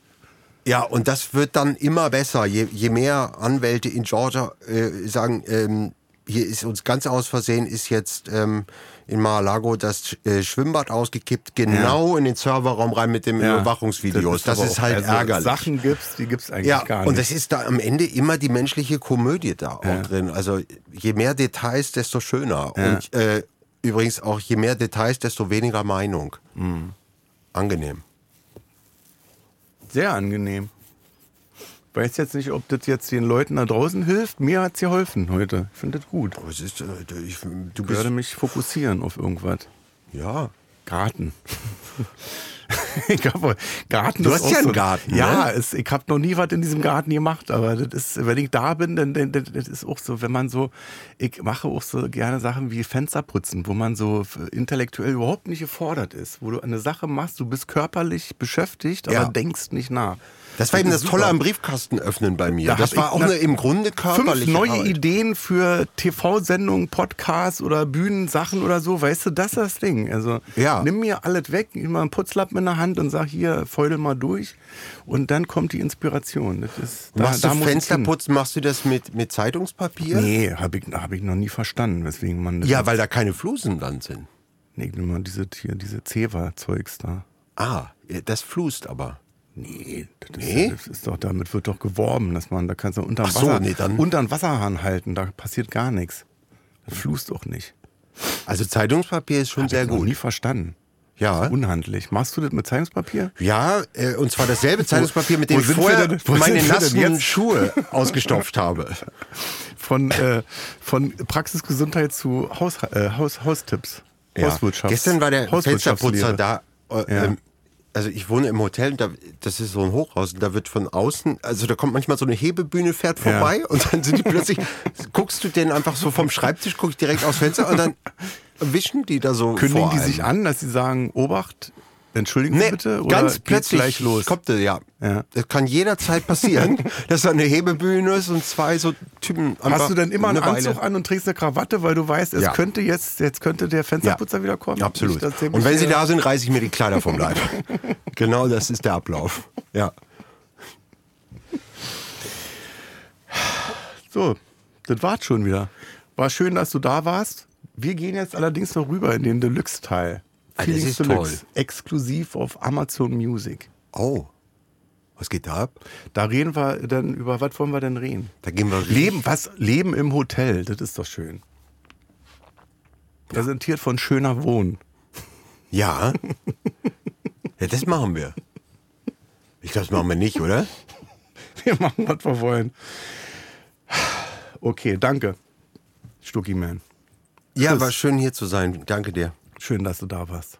Ja, und das wird dann immer besser, je, je mehr Anwälte in Georgia äh, sagen, ähm, hier ist uns ganz aus Versehen, ist jetzt ähm, in Mar-a-Lago das äh, Schwimmbad ausgekippt, genau in den Serverraum rein mit den
Ja.
Überwachungsvideos. Das
aber
ist
auch-
halt
also
ärgerlich.
Sachen gibt's, die gibt's eigentlich
Ja,
gar nicht.
und das ist da am Ende immer die menschliche Komödie da auch drin. Also je mehr Details, desto schöner. Und äh, übrigens auch je mehr Details, desto weniger Meinung.
Mhm.
Angenehm.
Sehr angenehm. Weiß jetzt nicht, ob das jetzt den Leuten da draußen hilft. Mir hat's geholfen heute. Ich finde das gut.
Aber es ist, äh, ich, du
Ich
bist,
werde mich fokussieren auf irgendwas.
ja.
Garten. ich hab, Garten
Du
ist
hast
auch
ja einen
so,
Garten,
Ja,
ne?
es, ich habe noch nie was in diesem Garten gemacht, aber das ist, wenn ich da bin, dann, dann dann- das ist auch so, wenn man so, ich mache auch so gerne Sachen wie Fensterputzen, wo man so intellektuell überhaupt nicht gefordert ist, wo du eine Sache machst, du bist körperlich beschäftigt, aber
Ja.
denkst nicht nach.
Das war eben das Tolle
super.
am Briefkasten öffnen bei mir.
Da
das
hab
war
ich
auch
na-
eine im Grunde körperliche
Fünf neue
Arbeit.
Ideen für TV-Sendungen, Podcasts oder Bühnensachen oder so, weißt du, das ist das Ding. Also
Ja.
nimm mir alles weg, nimm mal einen Putzlappen in der Hand und sag hier, feudel mal durch. Und dann kommt die Inspiration. Das ist, da,
machst
da
du
muss ich hin.
Fensterputzen, machst du das mit, mit Zeitungspapier?
Nee, habe ich, hab ich noch nie verstanden, weswegen man das
Ja, weil da keine Flusen dann sind.
nee, nimm mal diese hier, diese Zewa-Zeugs da.
Ah, das flust aber.
Nee, das,
Nee?
Ist, das ist doch, damit wird doch geworben, dass man, da kannst du unterm
Ach so,
Wasser,
nee, dann-
unterm Wasserhahn halten, da passiert gar nichts.
Hm.
Das flust auch nicht.
Also Zeitungspapier ist schon
Hab
sehr
ich noch
gut.
nie verstanden.
Ja.
Unhandlich. Machst du das mit Zeitungspapier?
Ja, äh, und zwar dasselbe Zeitungspapier, mit dem
wo
ich
sind wir
vorher
denn- wo
meine
sind wir denn
nassen
jetzt?
Schuhe ausgestopft habe.
Von, äh, von Praxisgesundheit zu Haus, äh, Haus, Haustipps. Hauswirtschaft.
Gestern war der Fensterputzer
Hauswirtschaftslehre.
da. Äh,
Ja.
ähm, also ich wohne im Hotel, und da, das ist so ein Hochhaus, und da wird von außen, also da kommt manchmal so eine Hebebühne, fährt
Ja.
vorbei und dann sind die plötzlich, guckst du denen einfach so vom Schreibtisch, guck ich direkt aufs Fenster und dann wischen die da so
Kündigen
vor
die
einem.
sich an, dass sie sagen, Obacht, entschuldigen
Nee,
Sie bitte? Oder
ganz
geht's
plötzlich
gleich los.
kommt der, ja.
Ja.
Das kann jederzeit passieren, dass da eine Hebebühne ist und zwei so Typen. einfach
Hast du dann immer einen
eine Weile-
Anzug an und trägst eine Krawatte, weil du weißt, es
Ja.
könnte jetzt, jetzt könnte der Fensterputzer wieder kommen?
Absolut.
Nicht, dass der
Und wenn
mich,
sie
äh,
da sind, reiße ich mir die Kleider vom Leib. genau das ist der Ablauf. Ja.
So, das war's schon wieder. War schön, dass du da warst. Wir gehen jetzt allerdings noch rüber in den Deluxe-Teil.
Ah, das
Feelings
ist toll.
Exklusiv auf Amazon Music.
Oh. Was geht da ab?
Da reden wir dann über, was wollen wir denn reden?
Da gehen wir
Leben, was? Leben im Hotel, das ist doch schön. Präsentiert von Schöner Wohnen.
Ja. ja, das machen wir. Ich glaube, das machen wir nicht, oder?
Wir machen, was wir wollen. Okay, danke. Stucky Man.
Ja,
Tschüss.
war schön hier zu sein. Danke dir.
Schön, dass du da warst.